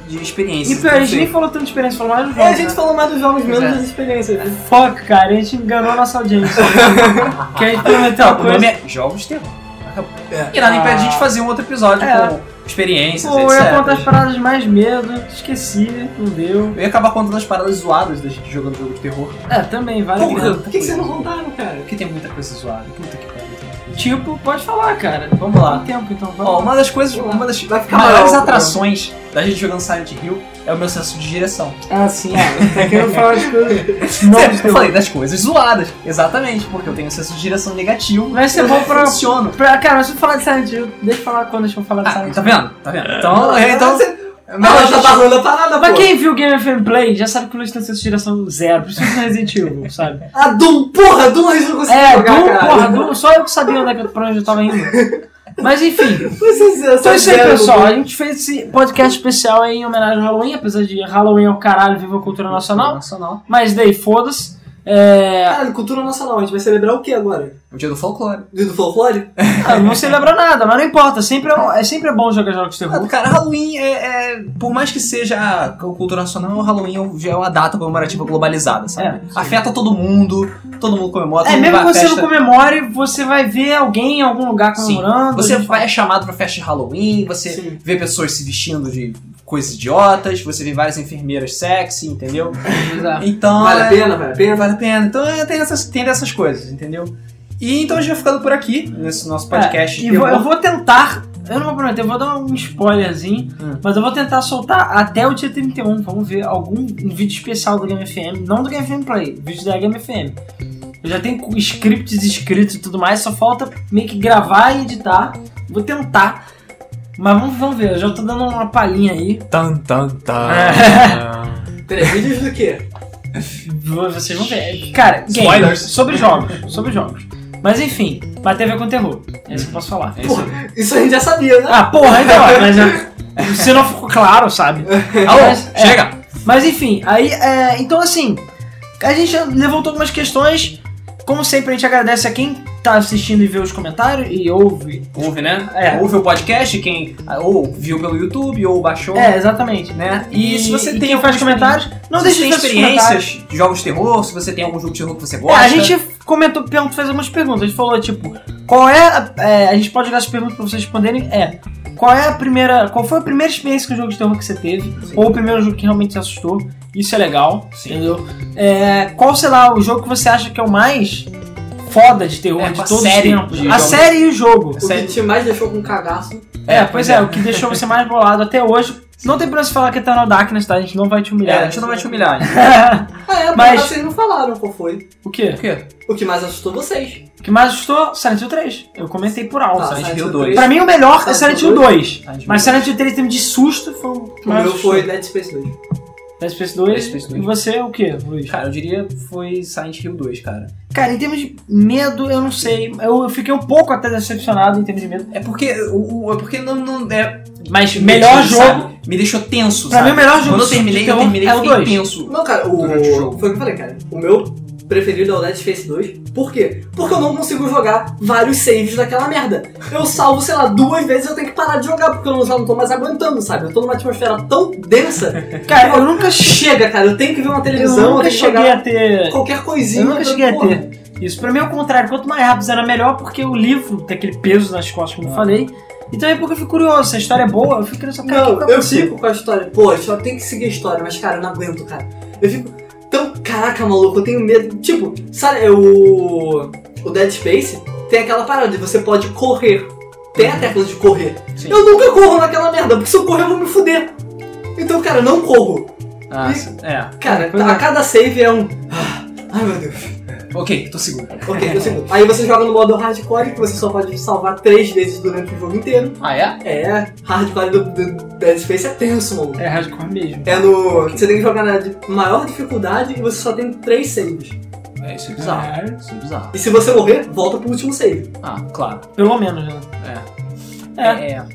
de, de experiência.
E pior, a gente nem falou tanto de experiência, falou mais de
É,
jogos. né?
a gente falou mais dos jogos, menos
Pois é.
das experiências. né?
Fuck, cara, a gente enganou a nossa audiência. que a gente prometeu uma
Não, o
coisa.
nome é Jogos de Terror. Acabou.
É.
E nada impede a
Ah.
gente fazer um outro episódio
É.
com experiências,
Pô, eu
etc.
ia contar as paradas de mais medo, esqueci, não deu.
Eu ia acabar contando as paradas zoadas da gente jogando jogo de terror.
É, também, vale a
Porra,
pena.
por que, que vocês não contaram, cara?
Porque tem muita coisa zoada. Puta que pariu. tem muita coisa.
Tipo, pode falar, cara.
Vamos lá.
Tem tempo, então. vai
Ó,
lá.
uma das coisas, uma das maiores atrações da gente jogando Silent Hill é o meu senso de direção.
Ah, sim. Tá querendo falar de coisas.
Sério,
novas.
eu falei das coisas zoadas. Exatamente, porque eu tenho um senso de direção negativo.
Vai ser bom pra...
Funciona.
pra cara, deixa eu falar de Silent Hill. Deixa eu falar quando a gente for falar de
Ah,
Silent
tá
Hill.
vendo? Tá vendo? Então, é, então você.
Não, ela tá barulho a parada,
Pra
pô.
quem viu Game FM Play, já sabe que o Luiz tem senso de direção zero, por isso que não é Resident Evil, sabe?
A Doom, porra, a Doom a gente não conseguiu
É,
jogar,
Doom,
cara.
porra, Doom, só eu que sabia onde é que eu, pra onde eu tava indo. Mas enfim,
Vocês,
então é isso aí, pessoal. A gente fez esse podcast especial aí em homenagem ao Halloween, apesar de Halloween é o caralho, viva a cultura nacional.
Nacional.
Mas daí, foda-se. É...
Cara, cultura nacional, a gente vai celebrar o que agora?
É O dia do folclore.
Dia do folclore?
Ah, não celebra nada, mas não importa. Sempre é, é sempre é bom jogar jogos de terror.
Ah, Cara, Halloween é, é- Por mais que seja a cultura nacional, o Halloween é um- já é uma data comemorativa globalizada, sabe?
É, sim.
Afeta todo mundo, todo mundo comemora, todo
É,
mundo
mesmo
vai
que
à
você
festa.
não comemore, você vai ver alguém em algum lugar
Sim.
comemorando.
Você
gente
vai é chamado pra festa de Halloween, você
Sim.
vê pessoas se vestindo de coisas idiotas, você vê várias enfermeiras sexy, entendeu?
fala,
Então.
Vale a
é-
pena, vale a pena.
Vale a pena. Então é, tem, essas, tem dessas coisas, entendeu? E então a gente vai ficando por aqui nesse nosso podcast.
É,
de
e vou-
terror.
eu vou tentar. Eu não vou prometer, eu vou dar um spoilerzinho,
Hum.
mas eu vou tentar soltar até o dia 31. Vamos ver algum um vídeo especial do Game FM, não do Game FM Play, vídeo da Game FM. Eu já tenho scripts escritos e tudo mais, só falta meio que gravar e editar. Vou tentar, mas vamos, vamos ver. Eu já tô dando uma palhinha aí.
Tan, tan, tan.
É.
Peraí, vídeos do quê?
Vou- Vocês vão ver. Cara, game,
Spoilers.
sobre jogos. Sobre jogos. Mas enfim, vai ter a ver com terror. É isso que eu posso falar.
É isso aí.
Isso a gente já sabia, né?
Ah, porra, então, ó, mas é, se não ficou claro, sabe?
Alô,
Mas, é,
chega!
mas enfim, aí, é, então assim, a gente já levantou algumas questões. Como sempre, a gente agradece a quem tá assistindo e vê os comentários e ouve.
Ouve, né?
É.
Ouve o podcast, quem ah, ou viu pelo YouTube, ou baixou,
É, exatamente.
né? E, se você
e
tem
quem faz comentários, não
não
deixa de
tem
fazer seus comentários.
experiências de jogos de terror, se você tem algum jogo de terror que você
É,
gosta.
a gente comentou, perguntou, fez algumas perguntas. A gente falou, tipo, qual é a. é, a gente pode jogar as perguntas pra vocês responderem. É. Qual é a primeira. Qual foi a primeira experiência com o jogo de terror que você teve?
Sim.
Ou o primeiro jogo que realmente te assustou? Isso é legal,
Sim.
entendeu? É, qual, sei lá, o jogo que você acha que é o mais foda de terror
É,
de
com a
todos
série
os tempos?
de
A
jogos.
série e o jogo.
A
O que
série-
te mais deixou com cagaço.
É, pois é, o que deixou você mais bolado até hoje. Não tem pra se falar que é Eternal Darkness, tá? A gente não vai te
É,
humilhar.
a gente não vai te humilhar. né?
Ah, é,
Mas-
mas vocês não falaram qual foi.
O quê?
Por quê?
O que mais assustou vocês.
O que mais assustou? Silent Hill 3. Eu comentei por alto.
Tá,
Silent
Silent
Silent
Hill
Hill
2.
três.
Pra mim, o melhor é Silent
Silent
Hill
Hill
2.
Silent Hill
Mas Silent Hill 3 em termos de susto foi o que
O
mais
meu
assustou.
foi Dead Space 2.
Dead Space 2.
Dead Space
E
2.
você, o quê, Luiz?
Cara, eu diria que foi Silent Hill 2, cara.
Cara, em termos de medo, eu não sei. Eu eu fiquei um pouco até decepcionado em termos de medo.
É porque o, o- é porque não, não é
Mas melhor
sabe?
jogo.
Me deixou tenso,
Pra mim,
sabe?
é o melhor jogo
Quando eu
de
terminei, eu
terror
terminei
é o
fiquei
dois.
tenso.
Não, cara, o...
Durante o jogo.
foi o que eu falei, cara. O meu preferido é o Dead Space 2. Por quê? Porque eu não consigo jogar vários saves daquela merda. Eu salvo, sei lá, duas vezes eu tenho que parar de jogar, porque eu não, já não tô mais aguentando, sabe? Eu tô numa atmosfera tão densa.
Cara, eu nunca, che-
Chega, cara, eu tenho que ver uma
eu
televisão, eu,
nunca
tenho que
cheguei
jogar
a ter.
qualquer coisinha.
Eu nunca
tô-
cheguei a
porra.
ter. Isso, pra mim é o contrário. Quanto mais rápido era melhor, porque o livro tem aquele peso nas costas, como eu
Ah.
falei. E também porque eu fico curioso. Se a história é boa, eu fico querendo saber. cara, o que tá
Não,
que
eu
aconteceu?
fico então com a história. Pô, só tem que seguir a história, mas cara, eu não aguento, cara. Eu fico tão. Caraca, maluco, eu tenho medo. Tipo, sabe, é o. O Dead Space tem aquela parada de você pode correr. Tem a tecla de correr.
Sim.
Eu nunca corro naquela merda, porque se eu correr eu vou me fuder. Então, cara, eu não corro.
Ah,
E-
sim. é.
Cara,
Pois
a
é.
cada save é um. "Ah, Ai meu Deus.
Ok, tô seguro.
Ok, eu seguro. Aí você joga no modo hardcore que você só pode salvar três vezes durante o jogo inteiro.
Ah, é?
É, hardcore do, do Dead Space é tenso, maluco.
É hardcore mesmo.
É no. Você tem que jogar na de maior dificuldade e você só tem três saves.
É, isso é bizarro.
Bizarro.
Isso é bizarro.
E se você morrer, volta pro último save.
Ah, claro.
Pelo menos, né? É.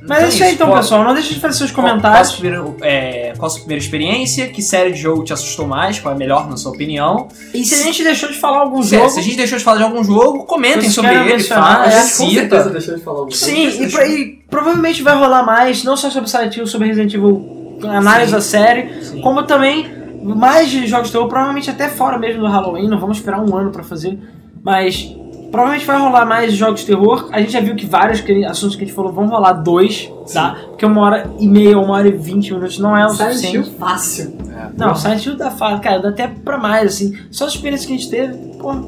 Mas é isso aí então,
pessoal.
pessoal. Não deixe de fazer seus
Qual-
comentários.
Qual, a sua primeira, é, qual a sua primeira experiência? Que série de jogo te assustou mais? Qual é a melhor, na sua opinião?
E se a gente deixou de falar algum
Se, é,
jogo.
se a gente deixou de falar de algum jogo, comentem
Vocês
sobre
querem
ele,
mencionar?
fala,
Ah, É,
com
cita.
certeza deixou de falar alguma coisa.
Sim, e, pro- e provavelmente vai rolar mais, não só sobre Silent Hill, sobre Resident Evil, análise da série,
Sim.
como também mais de jogos de terror, provavelmente até fora mesmo do Halloween, não vamos esperar um ano pra fazer, mas provavelmente vai rolar mais jogos de terror. A gente já viu que vários que- assuntos que a gente falou vão rolar dois, tá? Porque uma hora e meia, uma hora e vinte minutos não é o
Silent
suficiente.
Hill fácil.
Não, Silent Hill dá, fa- cara, dá até pra mais, assim. Só as experiências que a gente teve, porra.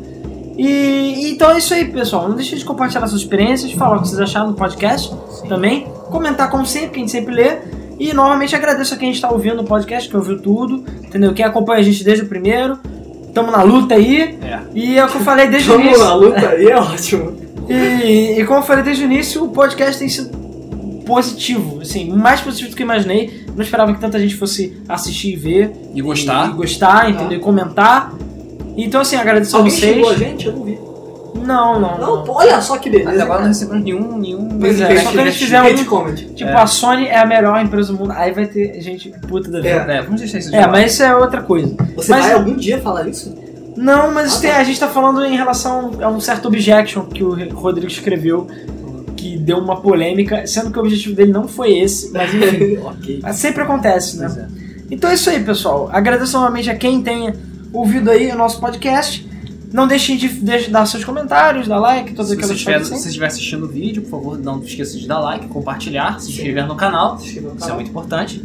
E então é isso aí, pessoal. Não deixe de compartilhar suas experiências, falar o que vocês acharam do podcast também. Comentar como sempre, que a gente sempre lê. E novamente agradeço a quem está ouvindo o podcast, que ouviu tudo, entendeu? Quem acompanha a gente desde o primeiro. Tamo na luta aí.
É.
E é o que eu falei desde o
Vamos
início.
lá, luta aí é ótimo.
E, e como eu falei desde o início, o podcast tem sido positivo, assim, mais positivo do que eu imaginei. Não esperava que tanta gente fosse assistir e ver
E
e
gostar.
gostar, entendeu? E comentar. Então, assim, agradeço a
Alguém
vocês.
xingou a gente? Eu não vi.
Não, não.
Não,
não.
pô, olha só que beleza.
Até agora não recebemos nenhum. nenhum
Pois é,
feedback
só que eles
negativo.
fizeram-
Hate comment.
Tipo,
É.
a Sony é a melhor empresa do mundo. Aí vai ter gente puta da vida.
É, vamos deixar isso de
É,
lado.
mas isso é outra coisa.
Você
Mas-
vai algum dia falar isso?
Não, mas
Ah,
tem-
tá.
a gente tá falando em relação a um certo objection que o Rodrigo escreveu, que deu uma polêmica, sendo que o objetivo dele não foi esse, mas enfim.
ok.
Mas sempre acontece, né?
Pois é.
Então é isso aí, pessoal. Agradeço novamente a quem tenha ouvido aí o nosso podcast. Não deixem de, de dar seus comentários, dar like, todas
Se você,
aquelas
estiver,
coisas.
se
assim.
você estiver assistindo o vídeo, por favor, não esqueça de dar like, compartilhar, se inscrever no canal. Isso é muito importante.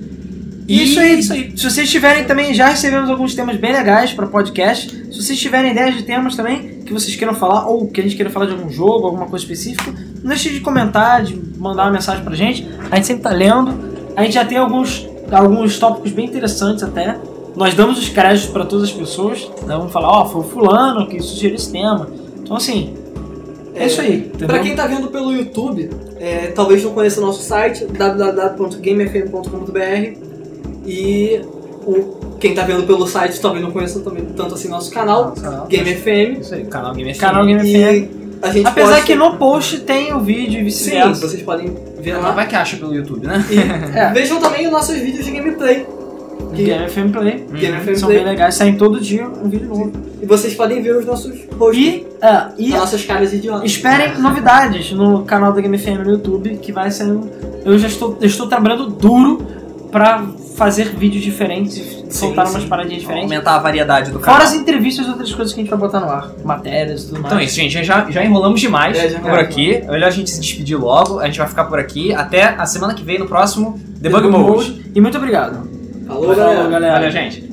E
E
isso aí,
isso aí.
Se vocês tiverem também, já recebemos alguns temas bem legais para podcast. Se vocês tiverem ideias de temas também que vocês queiram falar, ou que a gente queira falar de algum jogo, alguma coisa específica, não deixe de comentar, de mandar uma mensagem pra gente. A gente sempre tá lendo. A gente já tem alguns, alguns tópicos bem interessantes até. Nós damos os créditos para todas as pessoas. Né? Vamos falar, ó, foi o fulano que sugeriu esse tema. Então assim, é,
É,
isso aí. Entendeu?
Pra quem tá vendo pelo YouTube, é, talvez não conheça o nosso site, www.gamefm.com.br e o- quem tá vendo pelo site talvez não conheça também tanto assim nosso canal, Game FM.
Isso aí, canal Game FM.
Canal Game FM.
E a gente
Apesar
posta-
que no post tem o vídeo e
Sim,
vice-versa.
vocês podem ver
Mas
lá.
vai que acha pelo YouTube, né?
É.
E vejam também os nossos vídeos de gameplay.
Que... Game FM Play.
Game FM
São
Play.
bem legais, saem todo dia um vídeo novo.
E vocês podem ver os nossos rostos.
E, é, e
As nossas caras idiotas.
esperem novidades no canal da Game FM no YouTube, que vai saindo. Eu já estou, eu estou trabalhando duro pra fazer vídeos diferentes e
Sim,
soltar
sim.
umas paradinhas diferentes.
Hum, Aumentar a variedade do canal.
Fora as entrevistas e outras coisas que a gente vai botar no ar. Matérias e tudo mais.
Então é isso, gente. Já, já enrolamos demais
É, já
por
enrolamos.
aqui. É melhor a gente se despedir logo. A gente vai ficar por aqui. Até a semana que vem no próximo Debug,
Debug
Mode.
Mode. E muito obrigado.
Falou, galera.
galera.
Valeu, gente.